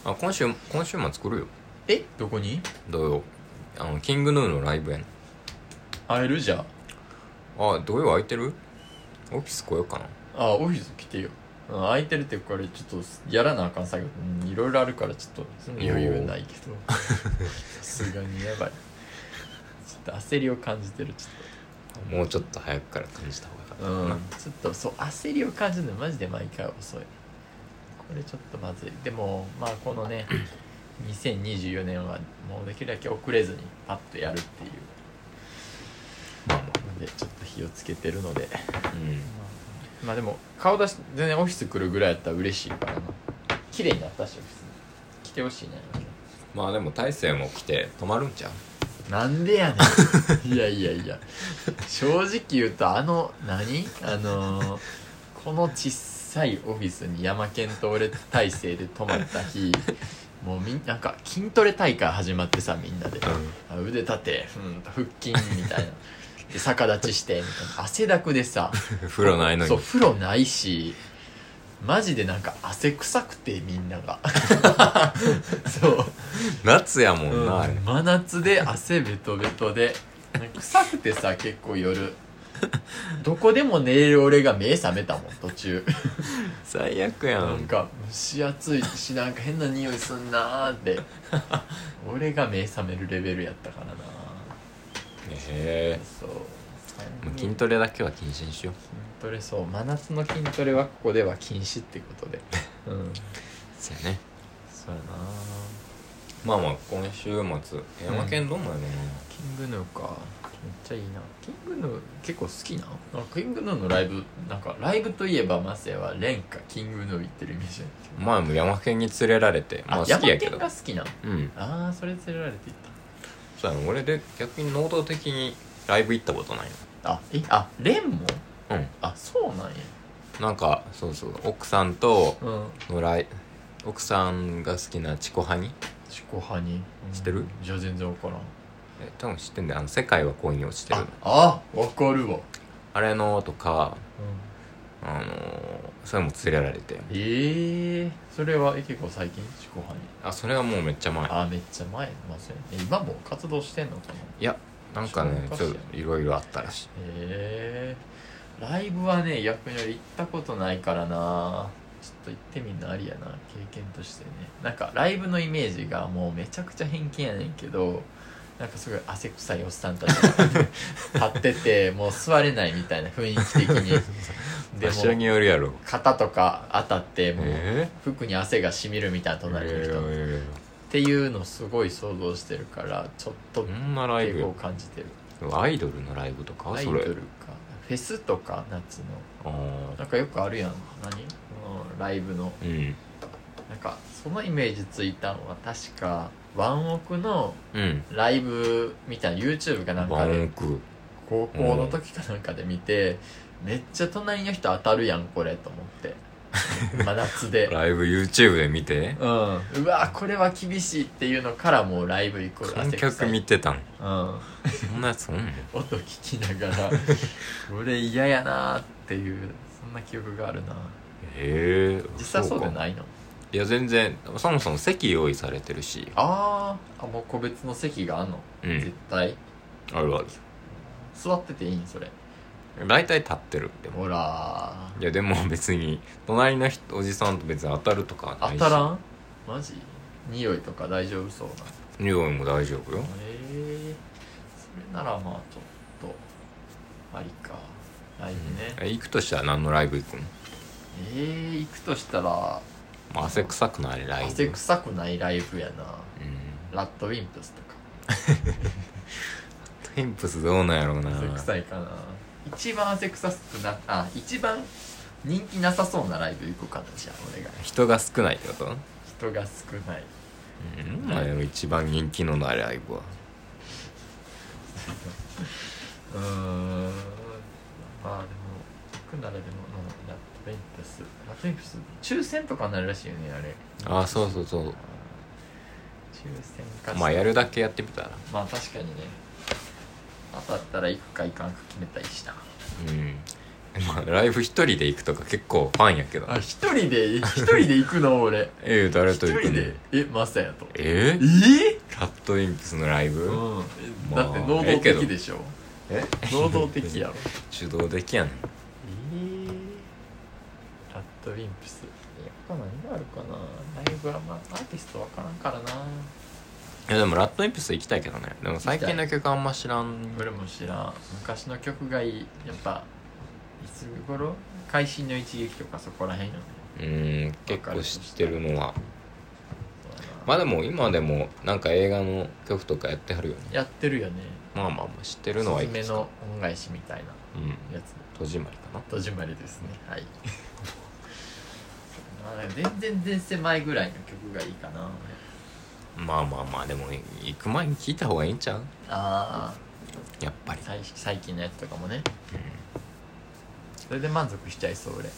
S2: な
S1: あ今週今週末来るよ
S2: えどこに
S1: 土曜あのキングヌーのライブやね
S2: 会えるじゃん
S1: あ土曜空いてるオフィス来ようかな
S2: あオフィス来てようん空いてるってこれちょっとやらなあかん作業うんいろいろあるからちょっと余裕ないけどさすがにや
S1: <laughs>
S2: ばいちょっと焦りを感じてるちょっと
S1: もうちょっと早くから感じた方がよかったかな、
S2: ちょっとそう焦りを感じるのマジで毎回遅いこれちょっとまずいでもまあこのね2024年はもうできるだけ遅れずにパッとやるっていう
S1: まあま
S2: のでちょっと火をつけてるので
S1: あうん
S2: まあでも顔出し全然オフィス来るぐらいやったら嬉しいからな綺麗になったしオフィス来てほしいね
S1: まあでも大勢も来て泊まるんちゃう
S2: なんでやね <laughs> んいやいやいや正直言うとあの何あのーこの小さいオフィスに山県と俺体制で泊まった日もうみんなんか筋トレ大会始まってさみんなで、あ腕立て、うん、腹筋みたいなで逆立ちしてみたいな汗だくでさ
S1: <laughs> 風呂ないの
S2: そう
S1: に
S2: 風呂ないしマジでなんか汗臭くてみん
S1: <laughs>
S2: ながそう
S1: 夏やもんな、あれ
S2: うん真夏で汗ベトベトでなんか臭くてさ結構夜どこでも寝れる俺が目覚めたもん途中
S1: 最悪や
S2: なん
S1: ん
S2: か蒸し暑いしなんか変な匂いすんなーって俺が目覚めるレベルやったからな
S1: へ
S2: そう
S1: えもう筋トレだけは禁止にしよう
S2: 筋トレそう真夏の筋トレはこ
S1: <laughs>
S2: こでは禁止ってことでうん
S1: そうやね
S2: そうやな
S1: まあまあ今週末山県どんなんやろな
S2: キングヌーかめっちゃいいなキングヌー結構好きなのキングヌーのライブなんかライブといえばマセはレンかキングヌー行ってるイメージだけど
S1: 前も山県に連れられてまあ
S2: あ
S1: 好き
S2: ヤマケ
S1: や
S2: ン
S1: けど
S2: が好きなの
S1: うん
S2: ああそれ連れられて行っ
S1: そうやな俺で逆に能動的にライブ行ったことない
S2: たあえあレンも
S1: のうん
S2: あそうなんや
S1: なんかそうそう奥さんと
S2: うん
S1: のライ奥さんが好きなチコハニ
S2: チコハニ
S1: 知ってる
S2: じゃあ全然分からん
S1: え多分知ってんだよあの「世界は恋に落ちてる」
S2: ああ分かるわ、
S1: あれのとかあのーそれも連れられて
S2: ええそれはえ結構最近チコハニ
S1: あそれはもうめっちゃ前
S2: あーめっちゃ前まあそれえ今も活動してんのかない
S1: やなんかね
S2: そう
S1: ち
S2: か
S1: ょっといろいろあったらしい
S2: へえライブはね逆に俺行ったことないからなちょっと行ってみんなありやな経験としてねなんかライブのイメージがもうめちゃくちゃ偏見やねんけどなんかすごい汗臭いおっさんたちが <laughs> 立っててもう座れないみたいな雰囲気的
S1: <laughs>
S2: にで
S1: 場所に
S2: も
S1: よるやろ
S2: 肩とか当たってもう
S1: え
S2: 服に汗がしみるみたいな
S1: え
S2: 隣の人っ
S1: え
S2: ていうのすごい想像してるからちょっと
S1: そんなライ
S2: 抵抗を
S1: ブ
S2: 感じてる
S1: アイドルのライブとか
S2: アイ
S1: そ
S2: ド
S1: れ
S2: ルかフェスとか夏の
S1: あー
S2: なんかよくあるやん何このライブの
S1: うん
S2: なんかそのイメージついたのは確かワンオクの
S1: うん
S2: ライブみたいな YouTube かなん
S1: バ
S2: か
S1: ン
S2: で
S1: ク
S2: 高校の時かなんかで見て、めっちゃ隣の人当たるやんこれと思って真夏で
S1: <laughs> ライブ YouTube で見て
S2: うん、うわーこれは厳しいっていうのからもうライブイコール
S1: 観
S2: 汗
S1: 客
S2: 臭い、
S1: 見てたん
S2: うん、音
S1: そんなやつおんの
S2: 聞きな
S1: <laughs>
S2: がらこれ嫌やなーっていうそんな記憶があるな
S1: へえ
S2: 実際そうで
S1: い
S2: ないの
S1: いや全然そもそも席用意されてるし
S2: あーあもう個別の席があんの、
S1: うん
S2: 絶対
S1: あるある
S2: 座ってていいんそれ
S1: 大体立ってるでも
S2: ほら
S1: いやでも別に隣の人おじさんと別に当たるとかは
S2: 当
S1: ないした
S2: らんマジ匂いとか大丈夫そうな
S1: 匂いも大丈夫よ
S2: ええそれならまあちょっとありかライブね、
S1: え行くとしたら何のライブ行くの、
S2: ええ行くとしたら
S1: まあ、汗臭くないライブ
S2: 汗臭くないライブやな
S1: うん
S2: ラッドウィンプスとか
S1: テンプスどうなんやろうな
S2: 汗臭いかな一番汗臭くなあ一番人気なさそうなライブ行こうかなじゃあ俺が
S1: 人が少ないってこと
S2: 人が少ない
S1: うんまあでも一番人気のないライブは
S2: うーんまあでも行くならでもまあラッドベンプスラッドベンプス抽選とかになるらしいよねあれ
S1: ああそうそうそう
S2: あー抽選か
S1: まあやるだけやってみたら
S2: まあ確かにね当たったら行くか行かんか決めたいしな
S1: うんまあライブ一人で行くとか結構ファンやけど
S2: あ一人で一人で行
S1: <laughs>
S2: くの俺
S1: ええ誰
S2: 一
S1: と行
S2: 人
S1: くの
S2: でえマサヤとえ
S1: え
S2: え
S1: ラットインプスのライブ、
S2: うんえ
S1: まあ
S2: だって能動
S1: ええけど
S2: 的でしょ
S1: え
S2: 能動的やろ
S1: 手動的やねん
S2: えー、ラッドウィンプスいや他何があるかなライブはまあアーティストわからんからない
S1: やでもラットインプス行きたいけどねでも最近の曲あんま知らん
S2: 俺も知らん昔の曲がいいやっぱいつ頃会心の一撃とかそこらへんよね
S1: うん結構知ってるのは
S2: そうやな
S1: まあでも今でもなんか映画の曲とかやってはるよね
S2: やってるよね
S1: まあまあまあ知ってるのはいく
S2: すずめ
S1: つか
S2: の恩返しみたい
S1: うん
S2: なやつ
S1: 戸締まりかな
S2: 戸締まりですねはい <laughs> そうやな全然全然前ぐらいの曲がいいかな
S1: まあまあまあでも行く前に聞いた方がいいんちゃう
S2: ああ
S1: やっぱり
S2: 最最近のやつとかもね、それで満足しちゃいそう俺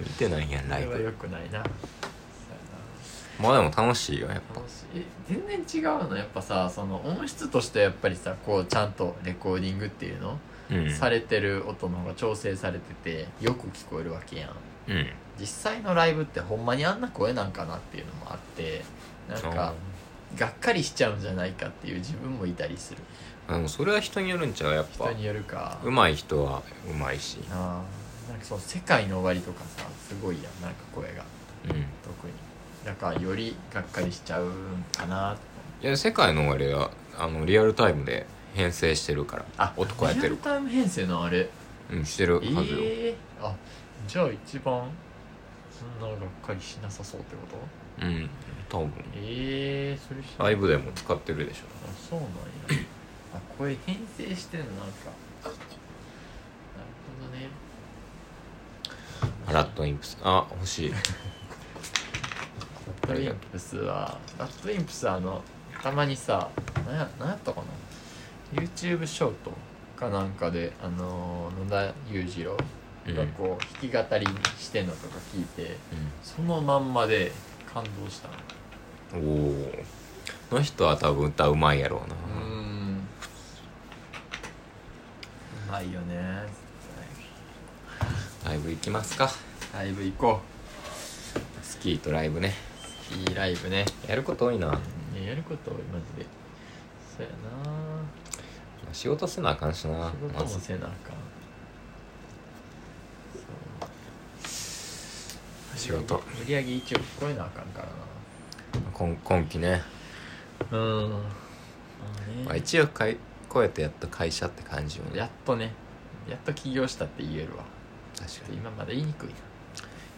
S1: 見てないやんライ
S2: それは良
S1: ブ
S2: くないなそうや
S1: まあでも楽しいよやっ
S2: な楽しいえ全然違うのやっぱさその音質としてやっぱりさこうちゃんとレコーディングっていうの、
S1: ぱうん
S2: されてる音の方が調整されててよく聞こえるわけやん
S1: うん
S2: 実際のライブってほんまにあんな声なんかなっていうのもあってなんかがっかりしちゃうんじゃないかっていう自分もいたりする
S1: あでもそれは人によるんちゃうやっぱ
S2: 人によるか
S1: 上手い人は上手いし
S2: あーなんかその世界の終わりとかさすごいやんなんか声が
S1: うん
S2: 特にだからよりがっかりしちゃうんかなと
S1: いや世界の終わりはあのリアルタイムで編成してるから
S2: あ
S1: 男やって
S2: リア
S1: る
S2: ルタイム編成のあれ
S1: うんしてるは
S2: ええ
S1: ずよ、
S2: ーあじゃあ一番そんながっかりしなさそうってこと
S1: うん多分
S2: ええそれ知らん
S1: アイブでも使ってるでしょ
S2: あそうなんやあこれ編成してんのなんかなるほどね
S1: ラットインプスあ欲しい
S2: ラットインプスはラットインプスはあのたまにさなんやなんやったかな YouTube ショートかなんかであのー野田裕次郎
S1: うん、う
S2: が
S1: ん、
S2: こう弾き語りしてんのとか聞いて、そのまんまで感動したの
S1: おおこの人は多分歌うまいやろうな
S2: うーんうまいよね
S1: ライブ行きますか
S2: 絶対ライブ行こ
S1: スキーとライブね
S2: ういいライブね
S1: やること多いな
S2: ねやること多いマジでそうや
S1: 仕事せなあかんし
S2: な
S1: な
S2: 仕事
S1: ま
S2: も
S1: ず
S2: せなあかん
S1: 仕事
S2: 売り上げ一応超えなあかんから
S1: 今今期ね、
S2: なうんまあ
S1: まあ、
S2: ね
S1: 1億回超えてやっと会社って感じもね
S2: やっとねやっと起業したって言えるわ
S1: 確かに
S2: 今まで言いにくいな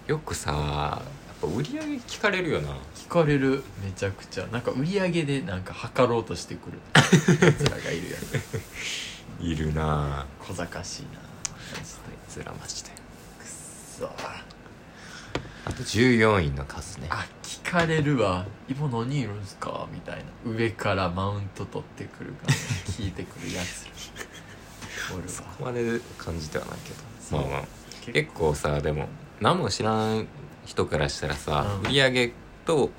S1: よくさやっぱ売り上げ聞かれるよな
S2: 聞かれるめちゃくちゃなんか売り上げでなんか測ろうとして
S1: <laughs>
S2: くるやつらがいるやつ
S1: いるな
S2: 小賢しいな
S1: あいつらマジで
S2: くっそ
S1: あと14位の数ね
S2: あ聞かれるわ今何人いるんすかみたいな上からマウント取ってくるから聞いてくるや
S1: <laughs>
S2: つらおる
S1: そこ
S2: わ
S1: まで感じてはないけ
S2: そ
S1: ど
S2: う
S1: まあまあ結構さでも何も知らん人からしたらさ、
S2: うん
S1: 売り上げと
S2: う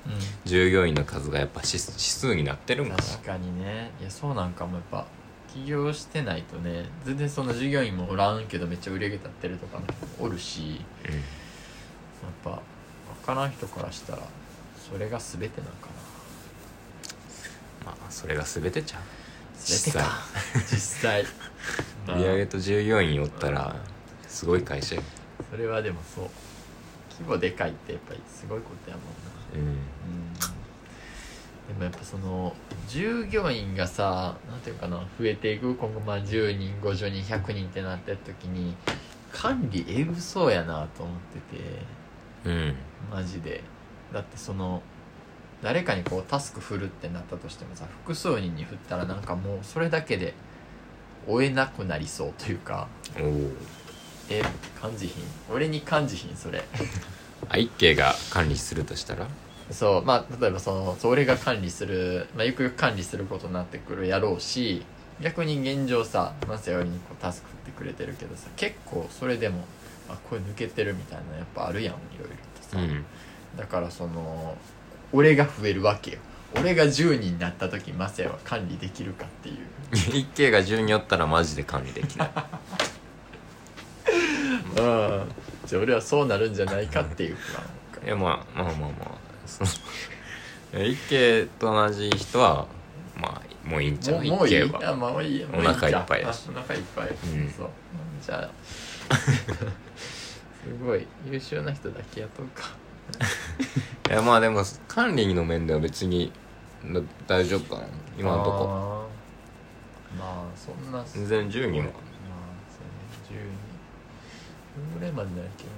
S1: 従業員の数がやっぱ指指数になってるん
S2: ん、
S1: かな
S2: 確かにねいやそうなんかもやっぱ起業してないとね全然その従業員もおらんけどめっちゃ売り上げ立ってるとかの人もおるし
S1: うん
S2: やっぱ分からん人からしたらそれが全てなんかな
S1: まあそれが全てちゃう
S2: 全てか実際まあ
S1: <laughs> 売り上げと従業員おったらすごい会社や
S2: それはでもそう規模でかいってやっぱりすごいことやもんな
S1: うん
S2: うんでもやっぱその従業員がさなんていうかな増えていく今後まあ10人50人100人ってなってった時に管理えぐそうやなと思って
S1: う
S2: て
S1: ん
S2: マジでだってその誰かにこうタスク振るってなったとしてもさ複数人に振ったらなんかもうそれだけで追えなくなりそうというか
S1: おお
S2: え感じひん俺に感じひんそれ
S1: 一慶が管理するとしたら
S2: そうまあ例えばそのそう俺が管理する、まあ、ゆくゆく管理することになってくるやろうし逆に現状さマサよりにこうタスク振ってくれてるけどさ結構それでもあ声抜けてるみたいなやっぱあるやんいろいろとさ、
S1: うん <laughs>
S2: だからその俺が増えるわけよ俺が10人になった時マサヤは管理できるかっていう
S1: 一慶が順におったらマジで管理で
S2: <laughs>
S1: きない
S2: うんじゃあ俺はそうなるんじゃないかっていう不安
S1: いやまあまあまあまあその一慶と同じ人はまあもういいんちゃ
S2: もう
S1: う
S2: もう
S1: 一
S2: いい
S1: 慶
S2: あ
S1: は
S2: まあもういいもう
S1: お腹いっぱい
S2: だ
S1: だ
S2: し
S1: し
S2: お腹いっぱい、
S1: うん
S2: そうじゃあ
S1: <laughs>
S2: すごい優秀な人だけ雇うか
S1: いやまあでも管理の面では別にだ大丈夫かな今のとこ
S2: こまあそんなまあそう
S1: 全
S2: ね
S1: 然10人は
S2: 10人そんぐらいまでならいける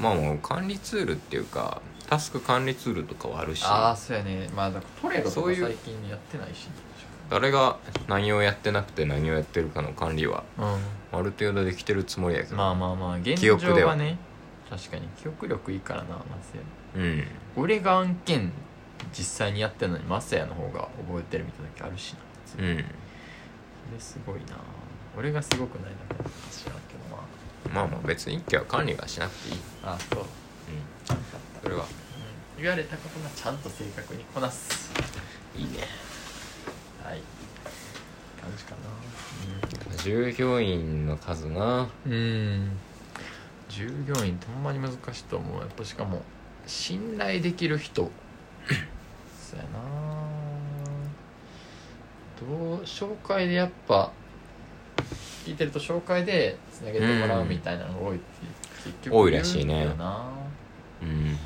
S1: まあもう管理ツールっていうかタスク管理ツールとかはあるし
S2: なああーそうやねまあだからトレロと
S1: そう
S2: か
S1: いう
S2: 最近やってないし
S1: 誰が何をやってなくて何をやってるかの管理は
S2: う
S1: ある程度できてるつもりやけど
S2: まあまあまあ現
S1: 記
S2: 状
S1: 憶では
S2: はね確かに記憶力いいからなまず
S1: うん
S2: 俺が案件実際にやってるのにマサヤの方が覚えてるみたいな時あるし
S1: う
S2: なそ
S1: ん
S2: れすごいな俺がすごくないだけか知らんけどま
S1: まあまあ別に一家は管理はしなくていい、うん、
S2: ああそう、
S1: それは
S2: うん言われたことがちゃんと正確にこなす
S1: いいね
S2: はい感じかな
S1: 従業員の数な
S2: うん、従業員ってほんまに難しいと思うやっぱしかも信頼でき
S1: <laughs>
S2: る人そうやなどう紹介でやっぱ聞いてると紹介でつなげてもらうみたいなのが多いって結局
S1: 多いらしいね
S2: 言うんだよな
S1: うん
S2: うん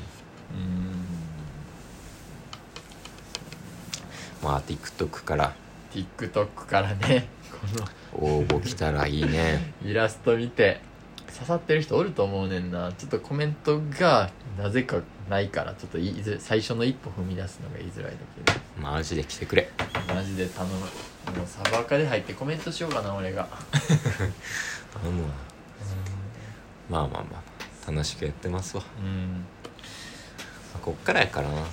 S1: まあ TikTok から
S2: TikTok からねこの <laughs>
S1: 応募来たらいいね
S2: イラスト見て刺さってる人おると思うねんなちょっとコメントがなぜかないからちょっと言いづ最初の一歩踏み出すのが言いづらいだけ
S1: マジで来てくれ
S2: どマジで頼むもうサバーカで入ってコメントしようかな俺が
S1: 頼むわまあまあまあ楽しくやってますわ
S2: うん、うん、
S1: こっからやからな
S2: こ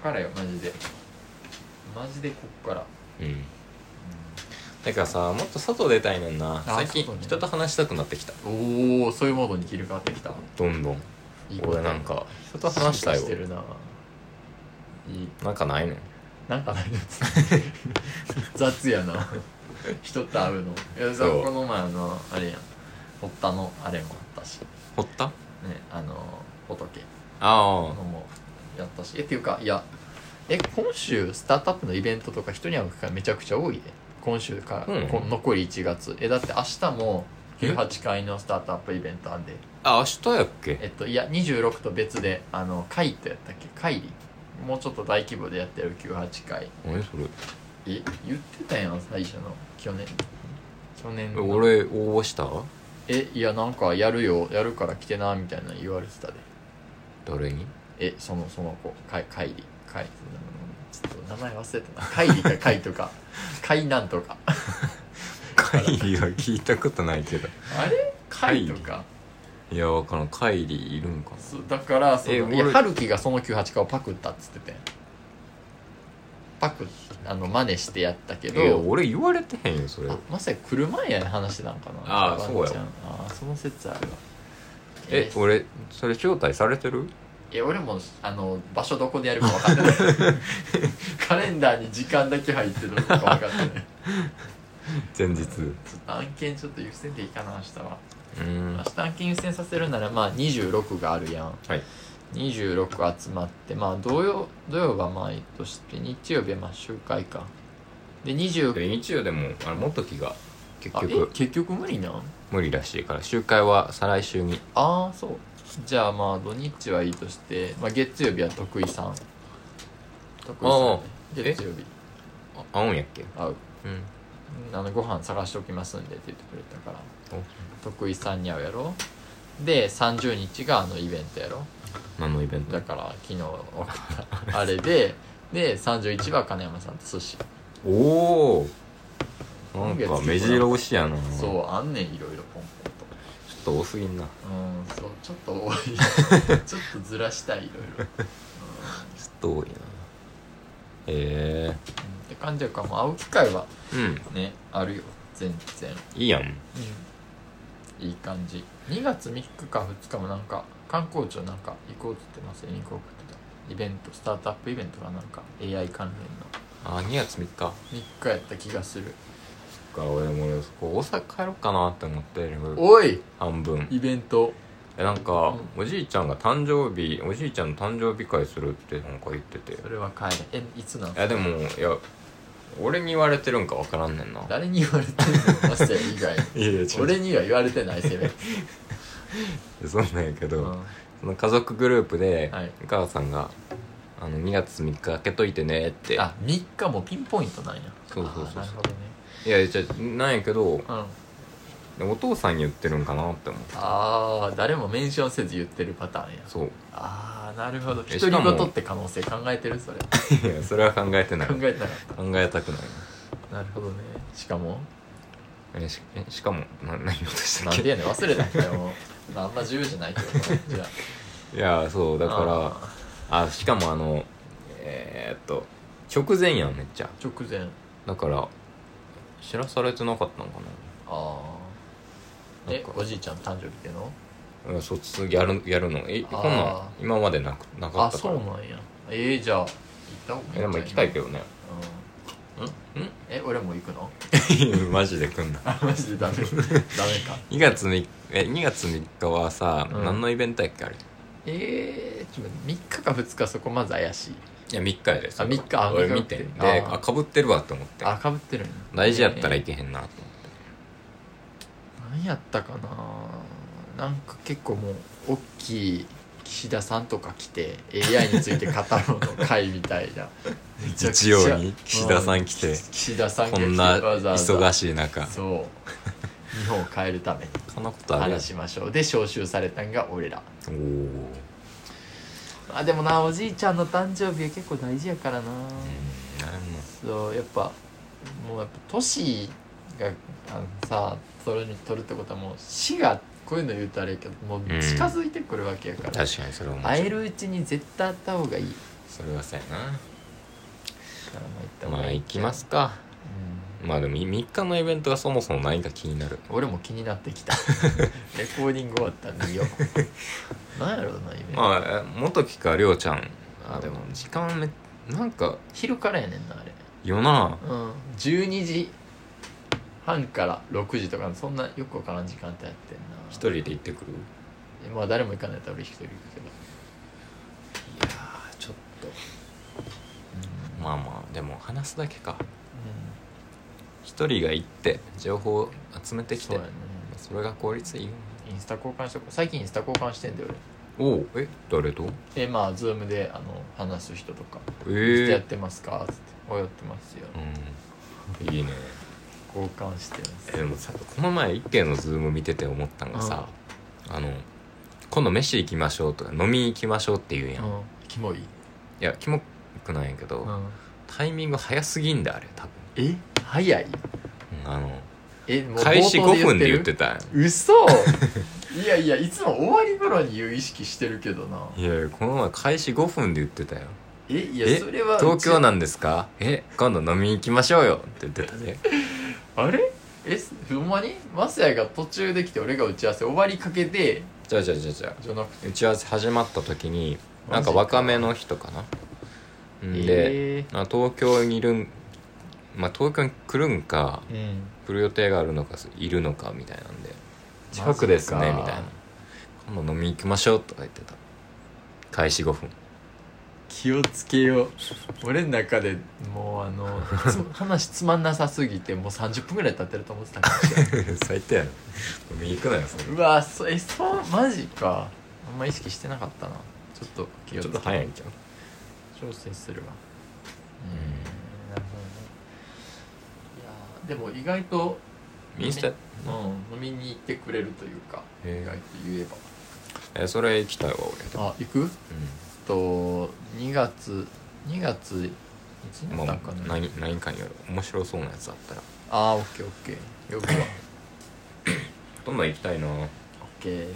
S2: っからよマジでマジでこっから、
S1: うんだからさもっと外出たいねんな
S2: あ
S1: 最近
S2: 外ね
S1: 人と話したくなってきた
S2: うん、おおそういうモードに切り替わってきた
S1: どんどん
S2: いいこと
S1: 俺
S2: や
S1: なんか人と話したい
S2: 進化して
S1: よ
S2: るな。いい。
S1: なんかないねん
S2: な
S1: <laughs>
S2: んかないです。雑やな。人と会うの。いや、さ、
S1: そう
S2: この前あの、あれやん。堀田のあれもあったし。ね、
S1: ほった
S2: あの、仏
S1: あ
S2: のもやったし。え、っていうか、いや、え、今週、スタートアップのイベントとか人に会う機会めちゃくちゃ多いで。今週から、
S1: うん
S2: こ残り1月。え、だって明日も、18回のスタートアップイベントあんで。
S1: ああ明日やっけ
S2: えっと、いや、26と別で、あの、カイトやったっけカイリもうちょっと大規模でやってる98回。
S1: 何それ
S2: え、言ってたやん、最初の。去年。去年
S1: え
S2: の。
S1: 俺応募した
S2: え、いや、なんか、やるよ、やるから来てな、みたいなの言われてたで。
S1: 誰に
S2: え、その、その子、カイ、カイリ。カイ、うんちょっと名前忘れたな。カイリかカイと
S1: <laughs>
S2: か。カイなんとか。
S1: カイリーは聞いたことないけど
S2: あれカイとか。
S1: いやわからんカイリーいるんか
S2: そうだからその
S1: え
S2: いや
S1: 俺
S2: 春樹がその98回をパクったっつっててパクあの真似してやったけ
S1: いや
S2: ど
S1: 俺言われてへんよそれ
S2: あまさに来る前やね話してたんかな
S1: ああそうや
S2: ワンちゃんああその説あるわ
S1: え
S2: 俺
S1: 俺それ招待されてる
S2: え俺もあの場所どこでやるか分かって
S1: <laughs>
S2: ないカレンダーに時間だけ入ってるのか分かってない
S1: 前日
S2: ちょっと案件ちょっと優先でいいかな明日は
S1: うん
S2: 明日案件優先させるならまあ26があるやん
S1: はい
S2: 26集まってまあ土曜土曜はまあいいとして日曜日はまあ集会かで29
S1: で日曜でもあれ元木が結
S2: あえ
S1: 局
S2: 結局無理なん
S1: 無理らしいから集会は再来週に
S2: ああそうじゃあまあ土日はいいとして、まあ、月曜日は徳井さん徳井さん
S1: ああ
S2: ね、
S1: え
S2: 月曜日
S1: あ会うんやっけ
S2: 会う
S1: うん
S2: うんあのご飯探しておきますんでって言ってくれたから徳井さんに会うやろで30日があのイベントやろ
S1: 何のイベント
S2: だから昨日送ったあれでで31は金山さんと寿司
S1: おおなんか目白押しやな
S2: そ
S1: ちょ
S2: うあんねんいろいろポンポンと
S1: っと多すぎんな
S2: うんそうちょっと多 <laughs> いちょっとずらしたいいろいろ、う
S1: ちょ
S2: ん、っ
S1: っと多いなへえ
S2: て感じやからまあ会う機会は
S1: うん
S2: ねあるよ全然
S1: いいやん
S2: いい感じ2月3日か2日もなんか観光庁なんか行こうって言ってますよ行こうってたイベントスタートアップイベントがなんか AI 関
S1: あ2月3日
S2: 連の3日やった気がする
S1: か俺も俺そこ大阪帰ろうかなって思ってる
S2: おい
S1: 半分
S2: イベント
S1: えなんか、おじいちゃんが誕生日おじいちゃんの誕生日会するってなんか言っててい
S2: それは帰れえいつなんすか
S1: やでもいや俺に言われてるんか分からんねんな
S2: 誰に言われてんのマスター
S1: <laughs>
S2: 以外
S1: いやいや違う
S2: 俺には言われてないせめて、
S1: そうなんやけ
S2: う
S1: ど、
S2: ん
S1: その家族グループで、
S2: はい
S1: お母さんが「あの2月3日開けといてね」って
S2: あ3日もピンポイントなんや
S1: そうそうそうそう
S2: あーなるほどね
S1: いやじゃなんやけど
S2: うん
S1: お父さんに言ってるんかなって思う
S2: ああ誰もメンションせず言ってるパターンや
S1: そう
S2: ああなるほど
S1: え
S2: 独
S1: しか
S2: り
S1: も
S2: 言って可能性考えてるそれ考
S1: いやそれは考え
S2: <laughs>
S1: てない
S2: え
S1: 考
S2: てなかっ
S1: えたくない
S2: たなるほどねしか <laughs> も
S1: えしえしかもな何言おうとした
S2: な
S1: っ
S2: ん
S1: け
S2: でやねん忘れたんだよもうまああんま自由じゃ <laughs> ないけどなじゃあ
S1: いやそうだから
S2: あ
S1: あしかもあのえー、っと直前やんめっちゃ
S2: ー直前あ
S1: だから知らされてなかったのか
S2: あー
S1: な
S2: え
S1: んか
S2: おじいちゃんの誕生日っての
S1: なうん卒やるやるのえ
S2: あー
S1: こんなん今までなくなか
S2: あ
S1: ったか
S2: そう
S1: ら
S2: なんやえー、じゃあ行った方がいい
S1: えで
S2: んちゃう
S1: も行きたいけど
S2: <laughs>
S1: ね
S2: うん
S1: ん
S2: え俺も行くの <laughs>
S1: マジで来んな
S2: あマジ
S1: <laughs>
S2: でダメダメか
S1: 2月3え2月3日はさ、
S2: うん
S1: 何のイベントやっけあれい
S2: えー、ちょっと待って3日か2日そこまず怪しい
S1: や3日やでそれ
S2: 三日あ
S1: 俺
S2: 三日
S1: 見てん
S2: 見て
S1: で
S2: あー
S1: あかぶってるわって思って
S2: あかぶってるんや
S1: 大事やったら
S2: え
S1: いけへんなと
S2: ー何やったかななんか結構もう大きい岸田さんとか来て AI について語ろうの会みたいなめちゃくちゃ
S1: 日曜に岸田さん来て
S2: う岸田さんが
S1: こ
S2: 来て
S1: んな
S2: わざわざ
S1: 忙しい中
S2: そう日本を変えるために
S1: そんなことあるやん
S2: 話しましょうで招集されたんが俺ら
S1: おー
S2: まあでもなおじいちゃんの誕生日は結構大事やからな
S1: うんなるね
S2: そうやっぱもうやっぱ年があのさ取るに取るってことはもう死がこういうの言うとあれやけどもう
S1: うん
S2: 近づいてくるわけやから、
S1: 確かにそれは面白い
S2: 会えるうちに絶対会った方がいい
S1: それはそうや
S2: からまあ行った
S1: な
S2: 方
S1: ま
S2: が
S1: あ
S2: いい
S1: 行きますかまあでも3日のイベントがそもそも何か気になる
S2: うん、俺も気になっ
S1: <laughs>
S2: てきたレコーディング終わったんでいいよ
S1: <laughs>
S2: なんやろうなイベント、
S1: まあえ元木かりょうちゃんあでも
S2: うん
S1: 時間めなんか
S2: 昼からやねんなあれ
S1: 夜な
S2: うん12時半から6時とかそんなよくわからん時間帯やってんな
S1: 一人で行ってくる
S2: まあ誰も行かないと俺一人行くけど
S1: いやーちょっとまあまあでも話すだけか
S2: う
S1: 一人が行って情報を集めて
S2: ん、
S1: き
S2: そ
S1: て
S2: う
S1: そ,、
S2: やね
S1: れが効率いいよね
S2: インスタ交換しとこう最近インスタ交換してんだよ
S1: おおえ誰と
S2: 俺でまあズームであの話す人とか
S1: ええ
S2: 「インスタやっ
S1: ー、
S2: てますか?」っつって「おやってますよ
S1: うんいいね」
S2: 交換してます
S1: えでもさこの前一軒のズーム見てて思ったんがさ、あの今度飯行きましょうとか飲み行きましょうって言うやん、
S2: う
S1: い
S2: んキモい、
S1: やキモくないんやけど、
S2: うん、
S1: タイミング早すぎんだあれ多分、
S2: え早い
S1: うんあの
S2: えもう
S1: 開始
S2: 冒頭
S1: 5分で言
S2: る
S1: ってたやん <laughs>
S2: 嘘いやいやいつも終わり頃に言う意識してるけどない
S1: やいやこの前開始5分で言ってたよ
S2: えい
S1: え
S2: やそれは
S1: 東京
S2: な
S1: なんですかえ今度飲み行きましょうよって言ってた
S2: <laughs>
S1: ね
S2: あれえほんまにマスヤが途中できて俺が打ち合わせ終わりかけで
S1: じゃあじゃあじゃあじゃ
S2: じゃなくて
S1: あ打ち合わせ始まった時になん
S2: マジ
S1: か
S2: か
S1: 若めの人かなうんで、
S2: え
S1: まあ東京にいるんまあ東京に来るんか
S2: ーうん
S1: 来る予定があるのかいるのかみたいなんで近くですねみたいな今度飲み行きましょうとか言ってた開始5分
S2: 気をつけよう俺の中でもうあのつ <laughs> 話つまんなさすぎてもう30分ぐらい経ってると思ってたか
S1: <laughs>
S2: もしれない
S1: <laughs> 最低やろ飲み行くなよそれ
S2: うわそえそうマジかあんま意識してなかったなちょっと気を
S1: ち
S2: つ
S1: ょっ
S2: け
S1: と早いんちゃう
S2: 調整するわうんなるほどねいやーでも意外と
S1: インスタ
S2: 飲み,、うん、飲みに行ってくれるというか
S1: へー
S2: 意外と言えば
S1: えそれ行きたいわ俺
S2: あ行く
S1: う
S2: と2月2月1
S1: ん
S2: 日
S1: ま
S2: だ
S1: あ
S2: ったかな、
S1: 何何かによる面白そうなやつあったら
S2: ああオッケーオッケー <coughs> よくは
S1: どんどん行きたいな
S2: オッケー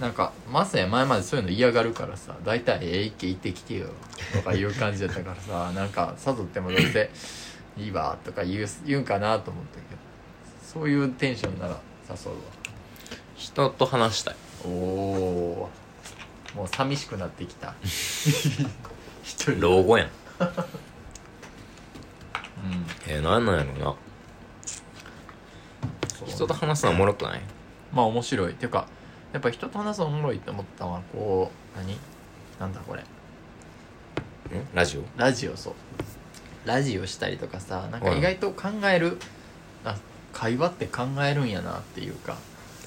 S2: なんかまさや前までそういうの嫌がるからさ大体「ええいけ行ってきてよ」とかいう感じだったから <laughs> さなんか誘ってもどうせ <coughs> 「いいわ」とか言う言うんかなと思ったけどそういうテンションなら誘うわ
S1: 人と話したい
S2: おおーもう寂しくなってき <laughs> た一人
S1: 老後やん
S2: うん
S1: えー、なんなんやろ
S2: そう
S1: な人と話すのはおもろくない
S2: まあ面白いっていうかやっぱ人と話すのおもろいって思ったのはこう何なんだこれ
S1: んラジオ
S2: ラジオそうラジオしたりとかさなんか
S1: うん
S2: 意外と考える、あ会話って考えるんやなっていうか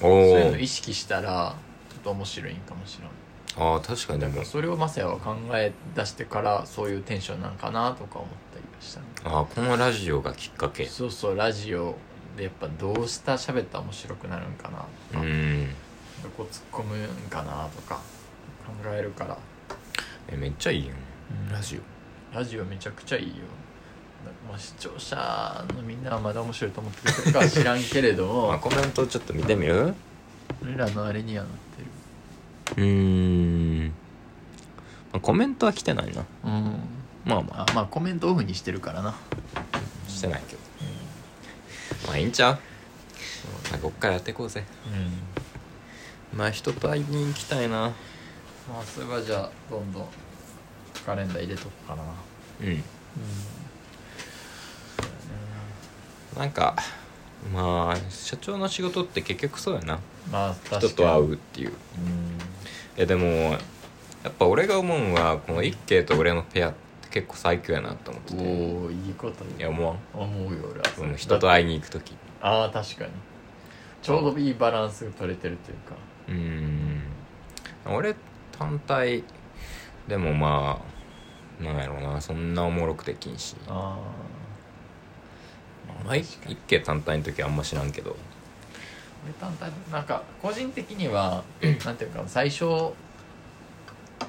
S1: お
S2: そう
S1: お
S2: いうの意識したらちょっと面白いんかもしれない
S1: ああ確かにでも
S2: それをマサヤは考え出してからそういうテンションなんかなとか思ったりはしたね
S1: ああこのラジオがきっかけ
S2: そうそうラジオでやっぱどうしたら喋ったら面白くなるんかな
S1: うーん
S2: どこ突っ込むんかなとか考えるから
S1: えめっちゃいいやん
S2: うん
S1: ラジオ
S2: ラジオめちゃくちゃいいよ、まあ、視聴者のみんなはまだ面白いと思ってくれてるかは知らんけれど
S1: <laughs> まあ
S2: も
S1: コメントちょっと見てみるう
S2: 俺らのあれにはなってる
S1: ーん、まあ、コメントは来てないな
S2: うん
S1: まあま
S2: あまあコメントオフにしてるからな
S1: あしてないけどまあいいんちゃうまあこっからやっていこうぜ
S2: うん、
S1: まあ人と会いに行きたいな
S2: まあそれはじゃあどんどんカレンダー入れとくかなうん
S1: うんなんかまあ社長の仕事って結局そうやな
S2: まあ確か
S1: 人
S2: に
S1: と会
S2: う
S1: うっていうんえでもやっぱ俺が思うんはこの一慶と俺のペアって結構最強やなと思ってて
S2: おおいいこと
S1: いや
S2: 言う
S1: 思わん
S2: 思うよ俺は
S1: その人と会いに行く時
S2: ああ確かにちょうどいいバランスが取れてるというか
S1: うーん俺単体でもまあなんやろうなそんなおもろくできんし
S2: あ
S1: まあ、一一家単体の時はあんま知らんけど
S2: 俺単体なんか個人的にはなんていうか最初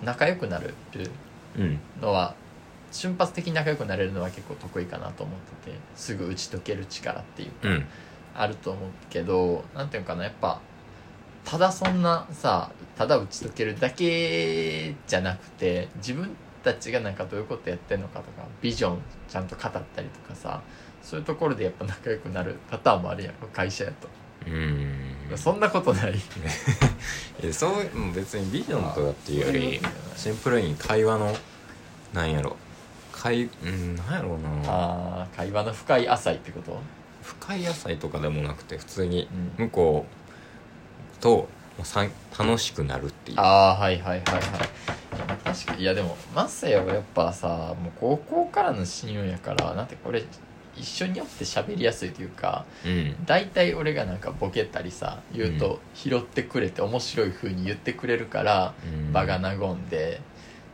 S2: 仲良くなる
S1: うん
S2: のは瞬発的に仲良くなれるのは結構得意かなと思っててすぐ打ち解ける力っていうか
S1: うん
S2: あると思うけどなんていうのかなやっぱただそんなさただ打ち解けるだけじゃなくて自分たちがなんかどういうことやってんのかとかビジョンちゃんと語ったりとかさそういうところでやっぱ仲良くなるパターンもあるやん会社やと、
S1: うん
S2: そんなことない
S1: えそううん別にビジョンとかっていうより
S2: あ
S1: シンプルに会話のなんやろ会うんなんやろうな
S2: あー会話の深い浅いってこと、
S1: 深い野菜とかでもなくて普通に
S2: うん、
S1: 向こうともうさん楽しくなるっていう
S2: ああはいはいはいはいいや確かにいやでもマサヤはやっぱさもう高校からの親友やからなんてこれ一緒によって喋りやすいというか
S1: うん
S2: 大体俺がなんかボケたりさ言うと拾ってくれて面白い風に言ってくれるから
S1: うん
S2: 場が和んで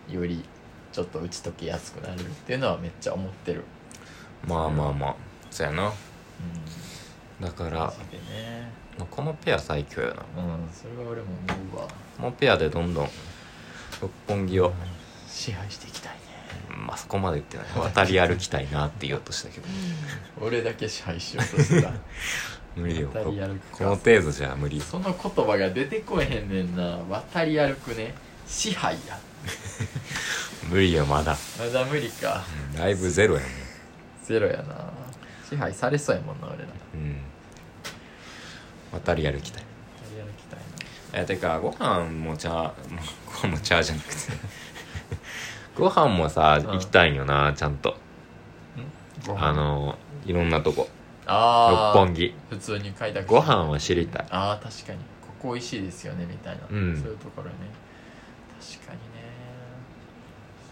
S2: よりちょっと打ち解けやすくなれるっていうのはめっちゃ思ってる、
S1: まあまあまあそうやな
S2: うん、
S1: だから
S2: そうだね
S1: このペア最強やな
S2: うんそれは俺も思うわ
S1: このペアでどんどん六本木を、
S2: 支配していきたいね
S1: まあそこまで言ってない渡り歩きたいなって言おうとしたけど
S2: 俺だけ支配しようとしてた
S1: 無理よこ
S2: 渡り歩くか
S1: この程度じゃ無理
S2: その言葉が出てこえへんねんな渡り歩くね支配や
S1: 無理よまだ
S2: まだ無理か
S1: ライブゼロやね
S2: ゼロやな支配されそうやもんな俺ら渡
S1: うん渡り歩きたい
S2: り歩きたい
S1: えてかご飯もチャーご飯もチャーじゃなくて <laughs> ご飯もさ
S2: うん
S1: 行きたいんよなちゃんと
S2: な
S1: あのいろんなとこ六
S2: あー
S1: 本木
S2: 普通に買いたく
S1: ご飯は知りたい
S2: ああ確かにここ美味しいですよねみたいな、
S1: うん
S2: そういうところね確かにね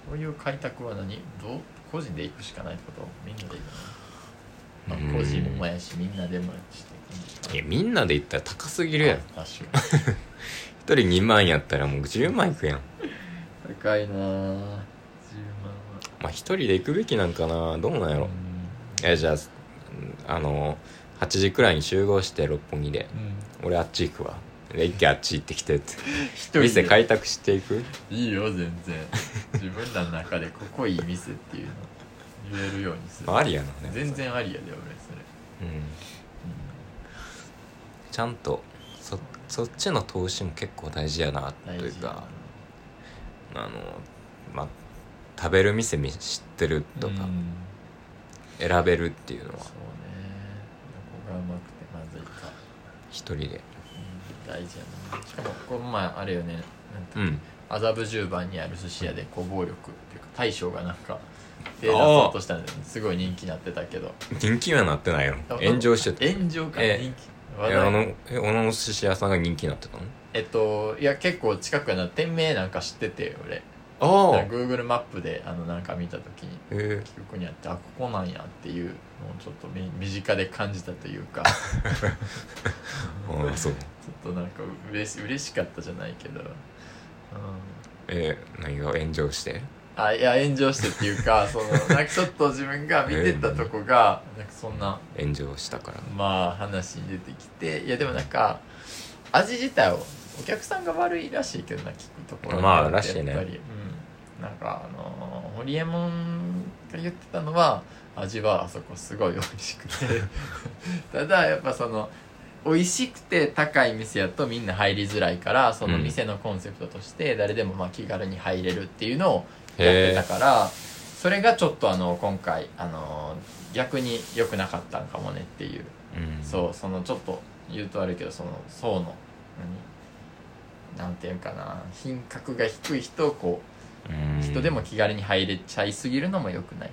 S2: そういう開拓は何どう個人で行くしかないってことみんなで行くの、まあ、
S1: うん
S2: 個人もやしみんなでもやしって
S1: いやみんなで行ったら高すぎるやん
S2: 確かに
S1: 一人2万やったらもう10万いくやん
S2: 高いなあ10万は
S1: まあ一人で行くべきなんかなどうなんやろえじゃあうんあの8時くらいに集合して六本木で
S2: うん、うん、
S1: 俺あっち行くわで一軒あっち行ってきてって
S2: 一人
S1: 店開拓していく
S2: いいよ全然 <laughs> 自分らの中でここいい店っていうの言えるようにする、
S1: まあありやなね
S2: 全然ありやで俺それ、
S1: うん
S2: う
S1: ちゃんとそそっちの投資も結構大事やなと
S2: ん、
S1: い
S2: 大
S1: う
S2: 事
S1: かあのまあ食べる店見知ってると
S2: う
S1: か
S2: ん
S1: 選べるっていうのは
S2: そうねどこがうまくてまずいか、
S1: 一人で
S2: うん、大事やなしかもこの前あれよねなんか
S1: うん
S2: 麻布十番にある寿司屋でこう暴力っていうか大将がなんか手出
S1: あー
S2: そうとしたんだよねすごい人気になってたけど
S1: 人気にはなってないよ炎上してた
S2: 炎上か
S1: え
S2: 人気話
S1: え
S2: 題
S1: あのえ小野お寿司屋さんが人気になってたの
S2: えっといや結構近くやな店名なんか知ってて俺
S1: あ
S2: Google マップであのなんか見た時に
S1: え
S2: 記憶にあってあここなんやっていうのをちょっと身身近で感じたという
S1: <laughs>
S2: か
S1: ああそう
S2: ちょっとなんかうれし嬉しかったじゃないけど、うん、
S1: え何が炎上して
S2: あいや炎上してっていうかそのなんかちょっと自分が見てたとこがなんかそんな
S1: 炎上したから
S2: まあ話に出てきていやでもなんか味自体をお客さんが悪いらしいけどな聞くところ
S1: まあ
S2: やっぱり
S1: らしいね
S2: うん、なんかあのーホリエモンが言ってたのは味はあそこすごい美味し
S1: <laughs>
S2: くてただやっぱその美味しくて高い店やとみんな入りづらいからその店のコンセプトとして誰でもまあ気軽に入れるっていうのをやってた
S1: へ
S2: からそれがちょっとあの今回あの逆に良くなかったんかもねっていう
S1: えうん
S2: そうそのちょっと言うとあるけどその層の何なんていうんかな品格が低い人をこ
S1: うん
S2: う人でも気軽に入れちゃいすぎるのも良くないっ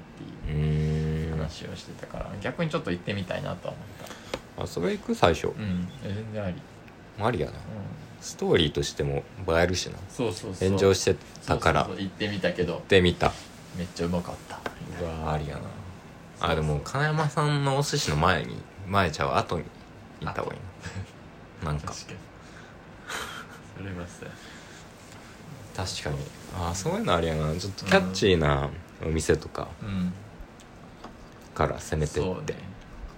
S2: ていううん話をしてたから逆にちょっと行ってみたいなとは思っ
S1: 遊び行く最初
S2: たうんえ全然あり、うん、
S1: マリアなストーリーとしても映えるしな
S2: そうそうそう
S1: 炎上してたから
S2: そうそ
S1: 行
S2: うそう行ってみたけど
S1: ってみた
S2: めっちゃうまかった
S1: うわありやな
S2: そうそう
S1: あでも金山さんのお寿司の前に前ちゃう後に行った方がいい
S2: <laughs>
S1: ななんか
S2: 確かにそれはさ
S1: 確かにあーそういうのありやなちょっとキャッチーなお店とか
S2: うん
S1: から攻めて
S2: そ
S1: っ
S2: う
S1: て
S2: ね、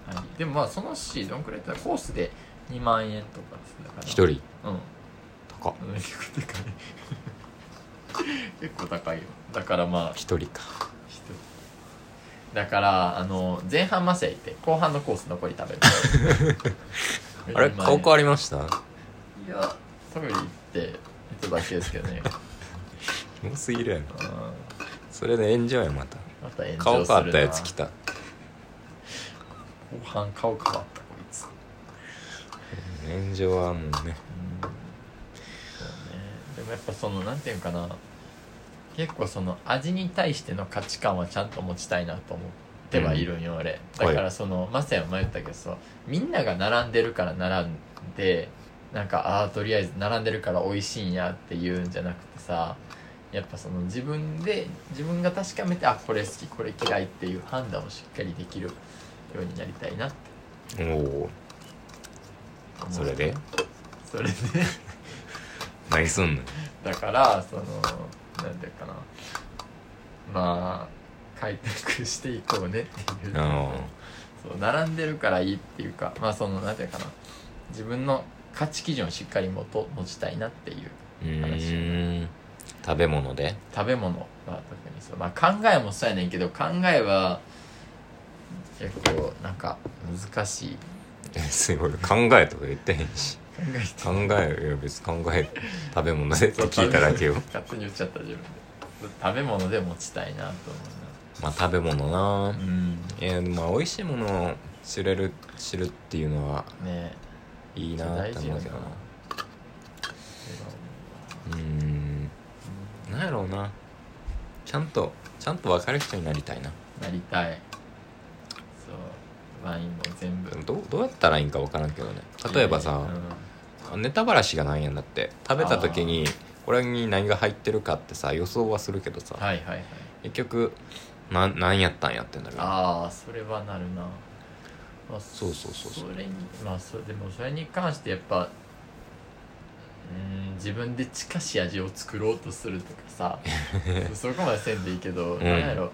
S2: はい、でもまあそのしどんくらいやったらコースで2万円とかですだから
S1: 一人
S2: うん
S1: 高
S2: うん結構高い結構高いよだからまあ
S1: 一人か
S2: 一人だからあの前半マセイって後半のコース残り <laughs> 食べる
S1: あれ
S2: 今ね
S1: 顔変わりました
S2: いやトイレ行って人だけですけどね
S1: キモすぎるやろ
S2: うん
S1: それで炎上やまた
S2: また炎上するな
S1: 顔変わったやつ来た
S2: 後半顔変わったこいつうん
S1: 炎上はもうね
S2: そうねでもやっぱそのなんていうんかな結構その味に対しての価値観はちゃんと持ちたいなと思ってはいるんよ、俺だからその、まさやも言ったけどさみんなが並んでるから並んでなんかああーとりあえず並んでるから美味しいんやっていうんじゃなくてさやっぱその自分で自分が確かめてあこれ好きこれ嫌いっていう判断をしっかりできるようになりたいなって
S1: おお
S2: 思う
S1: それで
S2: それで
S1: 何すんの
S2: だからそのなんていうかなまあ開拓していこうねっていう
S1: あ
S2: そう並んでるからいいっていうかまあそのなんていうかな自分の価値基準をしっかり持と持ちたいなっていう
S1: ーうーん食べ物で
S2: 食べ物は特にそう、まあ、考えもそうやねんけど考えは結構なんか難しい
S1: えすごい考えとか言ってへんし
S2: 考えて
S1: 考えいや別に考え食べ物でって聞いただ
S2: <laughs>
S1: けよ
S2: 勝手に言っちゃった自分で食べ物で持ちたいなと思
S1: まあ食べ物な
S2: うなうん
S1: いやまあ美味しいものを知れる知るっていうのは
S2: ねえ
S1: いいなって思うけどなうーんなんやろうなちゃんとちゃんと分かる人になりたいな
S2: なりたいそうワインも全部
S1: でもどうどうやったらいいんか分からんけどね例えばさ、ネタばらしがないんやんだって食べた時にこれに何が入ってるかってさ予想はするけどさ、
S2: うんはいはいはい
S1: 結局な何やったんやってなるよ
S2: ああそれはなるな、まあ、
S1: そうそうそうそう
S2: れにまあそでもそれに関してやっぱうん自分で近しい味を作ろうとするとか
S1: <laughs>
S2: さそこまでせんでいいけど、
S1: ん
S2: なんやろ、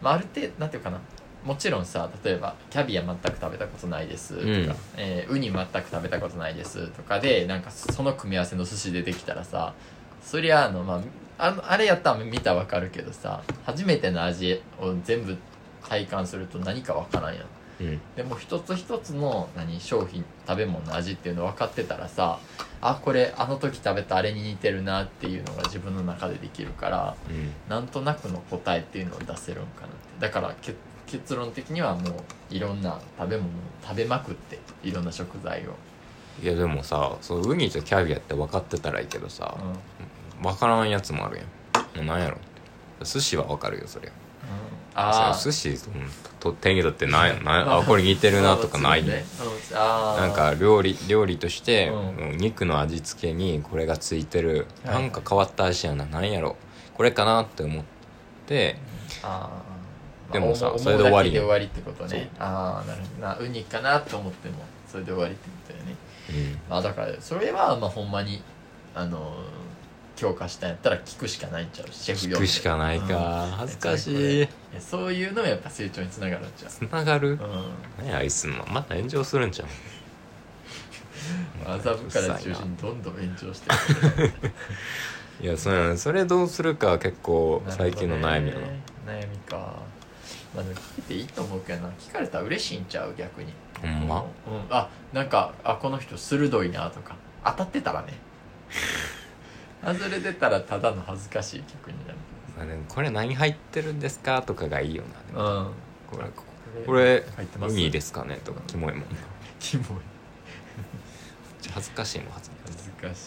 S2: まあ、ある程度なんていうかなもちろんさ例えばキャビア全く食べたことないですとか、
S1: うん
S2: えーウニ全く食べたことないですとかでなんかその組み合わせの寿司出てきたらさそりゃあの、まあ、あのあれやったら見たらわかるけどさ初めての味を全部体感すると何かわからんや
S1: う
S2: ん
S1: ん
S2: でも一つ一つの何商品食べ物の味っていうの分かってたらさあこれあの時食べたあれに似てるなっていうのが自分の中でできるから
S1: うん
S2: なんとなくの答えっていうのを出せるんかなってだからけ結論的にはもういろんな食べ物を食べまくっていろんな食材を、
S1: いやでもさそのウニとキャビアって分かってたらいいけどさ
S2: うんうん
S1: 分からんやつもあるやんもう何やろって寿司は分かるよそりゃ
S2: あ
S1: そ
S2: ー
S1: りゃ寿司うんと手に取ってなんや
S2: <laughs>
S1: なん
S2: まあ
S1: あこれ似てるなとかない
S2: そう
S1: よ
S2: ねうんあー
S1: なんか料理料理として、
S2: うん
S1: うん肉の味付けにこれがついてる、
S2: は
S1: な
S2: い
S1: んか変わった味やななんやろこれかなって思って
S2: あー
S1: でもさ
S2: まあ思う
S1: それで終わり
S2: 思うだけで
S1: やん
S2: 終わりってことねああなるほどなウニかなと思ってもそれで終わりってことよね
S1: う
S2: まあだからそれはまあほんまにあのー強化したんやったら聞くしかないんちゃうシェ
S1: ん、
S2: フ
S1: 聞くしかないか、
S2: うん
S1: 恥ずか
S2: これ
S1: しい
S2: これそういうのもやっぱ成長につながるんちゃう
S1: つながる、
S2: う
S1: 何やあいつのまた炎上するんちゃうん
S2: 麻布から中
S1: うっさい
S2: 心にどんどん延長して
S1: ないやそうやねそれどうするか結構
S2: る
S1: 最近の悩みやな
S2: るほどね悩みかまあでも聞いていいと思うけどな聞かれたら嬉しいんちゃう逆に
S1: ほんま
S2: うん、あなんかあこの人鋭いなとか当たってたらね外れてたらただの恥ずかしい曲になる
S1: まあでもこれ何入ってるんですかとかがいいよなでも
S2: うん
S1: これこ
S2: こ
S1: れ
S2: 入ってます
S1: 海ですかねとかキモいもんな
S2: キモい
S1: 恥ずかしいもん恥ずか
S2: 恥ずかしいよな
S1: し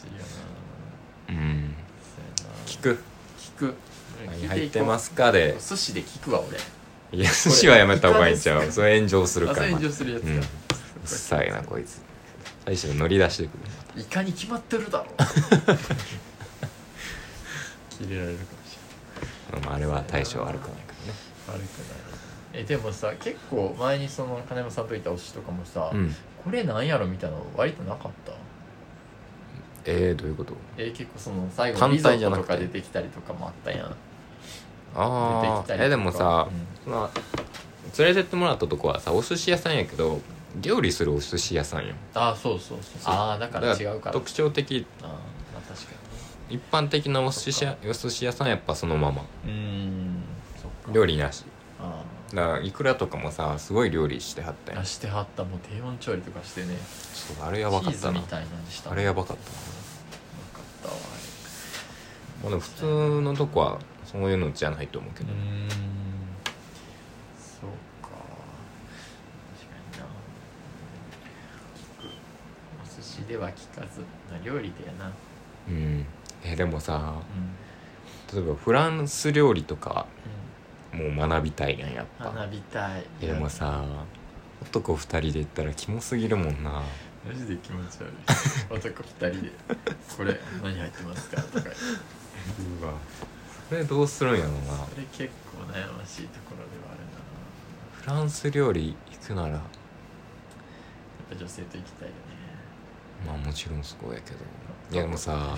S1: いうん
S2: そうやな
S1: 聞く
S2: 聞く
S1: 何入ってますかで
S2: 寿司で聞くわ俺
S1: いや寿司はやめた方がいいんちゃうそれ炎上する
S2: あ
S1: か
S2: そ
S1: ら
S2: れ
S1: う
S2: 炎上
S1: ん
S2: するやつだ、
S1: うっさいなこいつ最初に乗り出してくる
S2: いかに決まってる
S1: <laughs>
S2: だろ切れられるかもしれない
S1: まああれは対象悪くないか
S2: 悪くないえでもさ結構前にその金山さんといたお寿司とかもさ、
S1: らねうん
S2: これなんやろみたいなの割となかった
S1: えー、どういうこと
S2: え結構その最後
S1: 単
S2: リゾ
S1: 体
S2: ッ
S1: じゃ
S2: ト
S1: な
S2: と
S1: くて
S2: か出てきたりとかもあったやん出て
S1: あ
S2: き
S1: あ
S2: たりとか
S1: えでもさ
S2: うん、
S1: まあ連れてってもらったとこはさお寿司屋さんやけど料理するお寿司屋さんよ
S2: ああそうそうそう
S1: そう
S2: ああだから違うから
S1: 特徴的
S2: ああまあ確か
S1: 一般的なお寿司屋お寿司屋さんはやっぱそのまま
S2: にうーんそっか
S1: 料理なし
S2: あ
S1: だからいくらとかもさすごい料理してはった
S2: あ
S1: よ
S2: 出してはったもう低温調理とかしてね
S1: そうあれやばかっ
S2: チー
S1: た
S2: ズ
S1: な
S2: みたいなのにした
S1: あれやば
S2: か
S1: かったな
S2: かったわあ
S1: まあでも普通のとこはそういうのじゃないと思うけ
S2: れ
S1: ど、
S2: うーんそうか確かになお寿司では聞かずな料理でやな
S1: うんえでもさ
S2: うん
S1: 例えばフランス料理とかもう学びたいやんやっ
S2: うん
S1: ぱ
S2: 学びたい
S1: えでもさ男2人で行ったらキモすぎるもんな
S2: マジで気持ち悪
S1: <laughs>
S2: い男二人で「これ何入ってますか?」とか
S1: うわそれどうするんやろな
S2: それ結構悩ましいところではあるな
S1: フランス料理行くなら
S2: やっぱ女性と行きたいよね
S1: まあもちろんそうやけどいやでもさ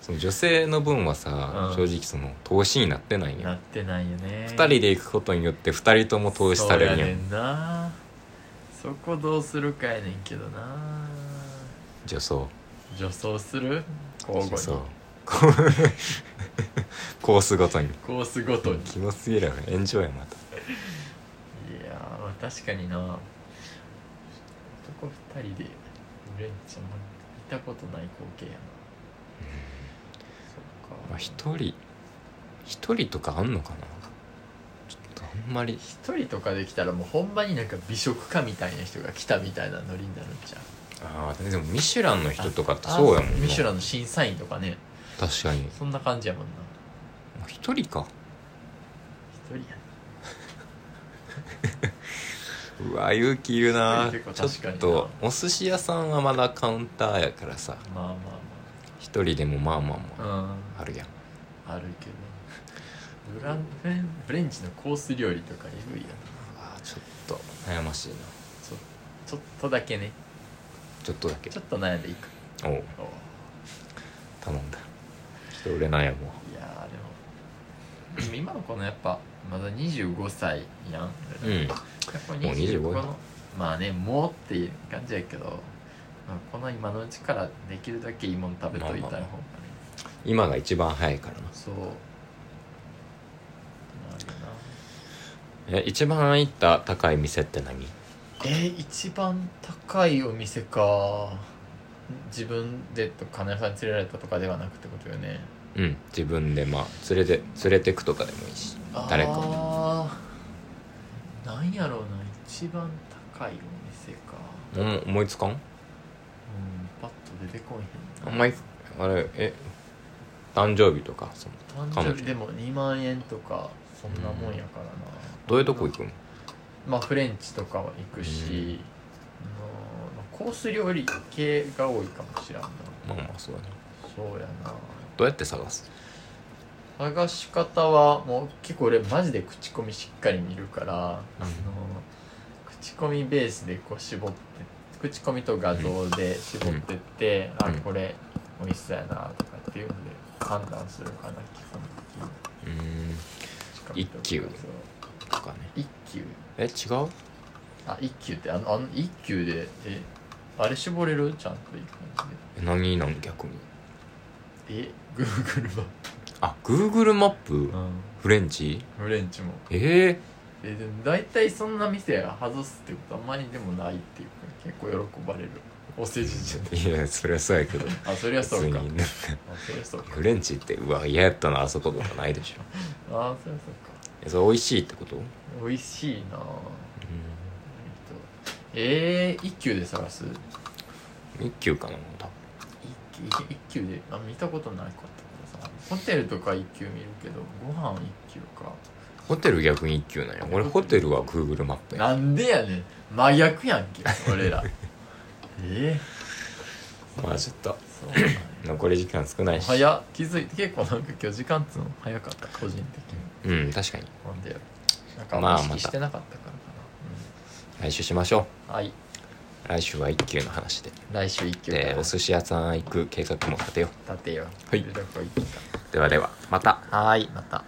S1: その女性の分はさ、
S2: うん
S1: 正直その投資になってない
S2: な
S1: やん
S2: ってないよね
S1: 2人で行くことによって2人とも投資されるやん
S2: そうやねんなそこどうするかやねんけどな
S1: じゃあそ
S2: 女装する
S1: う
S2: 交互
S1: そう
S2: に
S1: こう <laughs> コースごとに
S2: コースごとに
S1: キモすぎるやろ炎上やまた
S2: いやーまあ確かにな男二人で俺んちゃんま見たことない光景やなそっか
S1: まあ1人1人とかあんのかなちょっとあんまり
S2: 一人とかできたらもうほんまになんか美食家みたいな人が来たみたいなノリになるんじゃん
S1: ああでもミシュランの人とかってそうやもんな
S2: ミシュランの審査員とかね
S1: 確かに
S2: そんな感じやもんな
S1: 1人か
S2: 一人やね
S1: うわ勇気いるな
S2: 結構
S1: ちょ
S2: 確か
S1: っ
S2: にな
S1: とお寿司屋さんはまだカウンターやからさ
S2: まあま
S1: 一人でもまあま
S2: あ
S1: あま
S2: まあ
S1: ああるやん
S2: うんあるけどブランフレンフレンチのコース料理とかえぐいやな
S1: あーちょっと悩ましいな
S2: ちょちょっとだけね
S1: ちょっとだけ
S2: ちょっと悩んでいく
S1: おう
S2: おう
S1: 頼んだちょっと俺悩むわ
S2: いやーでもでも今の子のやっぱまだ25歳やん
S1: うん
S2: やっぱ
S1: もう25
S2: 25
S1: よ
S2: のまあねもうっていう感じやけど、まあ、この今のうちからできるだけいいもん食べといたい方
S1: まあま
S2: が
S1: あ
S2: ね
S1: ま今が一番早いからな
S2: そうなるよな
S1: え一番行った高い店って何
S2: えー一番高いお店か自分でと金屋さんに連れられたとかではなくってことよね
S1: うん自分でまあ連れて連れてくとかでもいいし誰か
S2: あーなんやろうな一番高いお店か
S1: 思思いつかん
S2: うんパッと出てこいへん
S1: あんまりあれえ誕生日とかその
S2: 誕生日でも2万円とかそんなもんやからな、
S1: どういうとこ行くの
S2: まあフレンチとかは行くし、あのまあコース料理系が多いかもしらんな
S1: まあまあそうだな
S2: そうやな
S1: どうやって探す
S2: 探し方はもう結構俺マジで口コミしっかり見るから、あの口コミベースでこう絞って口コミと画像で絞ってって、
S1: うんうん
S2: あこれ美味しそうやなとかっていうので判断するかな基
S1: うー
S2: 本
S1: ん
S2: 的に口
S1: 一級
S2: コミと画像
S1: とかね
S2: 一級
S1: え違う
S2: あ一級ってあのあの一級でえあれ絞れるちゃんといい感
S1: え何なん逆に
S2: じでえグーグルは
S1: あ Google マップ
S2: うん
S1: フレンチ
S2: フレンチも
S1: ええ
S2: えでも大体そんな店は外すってことあんまりでもないっていうか結構喜ばれるお世辞じゃない
S1: いやそりゃそうやけど
S2: <laughs> あそりゃ <laughs> そうか
S1: 普通に
S2: あそりゃそうか
S1: フレンチってうわ嫌やったなあそことかないでしょ
S2: あそりゃそう
S1: えそれ美味しいってことうん
S2: か美味しいなぁえっとえー、一級で探す
S1: 一級かな多分
S2: 一級一級であ見たことないかったからさホテルとか一級見るけどご飯一級か
S1: ホテル逆に一級なんや俺ホテルは Google マップや
S2: なんでやねん真逆やんけ俺ら <laughs> え
S1: まあちょっと
S2: ー、そうなん <laughs> や
S1: 残り時間少ないし
S2: 早っ気づいて結構なんか今日時間つうの早かった個人的に
S1: うん確かに
S2: なんでやろなんかあん
S1: まあ
S2: ま
S1: ま
S2: 意識
S1: た
S2: してなかったからか
S1: 来週しましょ
S2: な、うん、はいう
S1: 来週は一級の話で
S2: 来週一級か
S1: で
S2: ら
S1: お寿司屋さん行く計画も立てよ
S2: 立てよ
S1: はい
S2: どこ行った
S1: うではではまたはーい
S2: また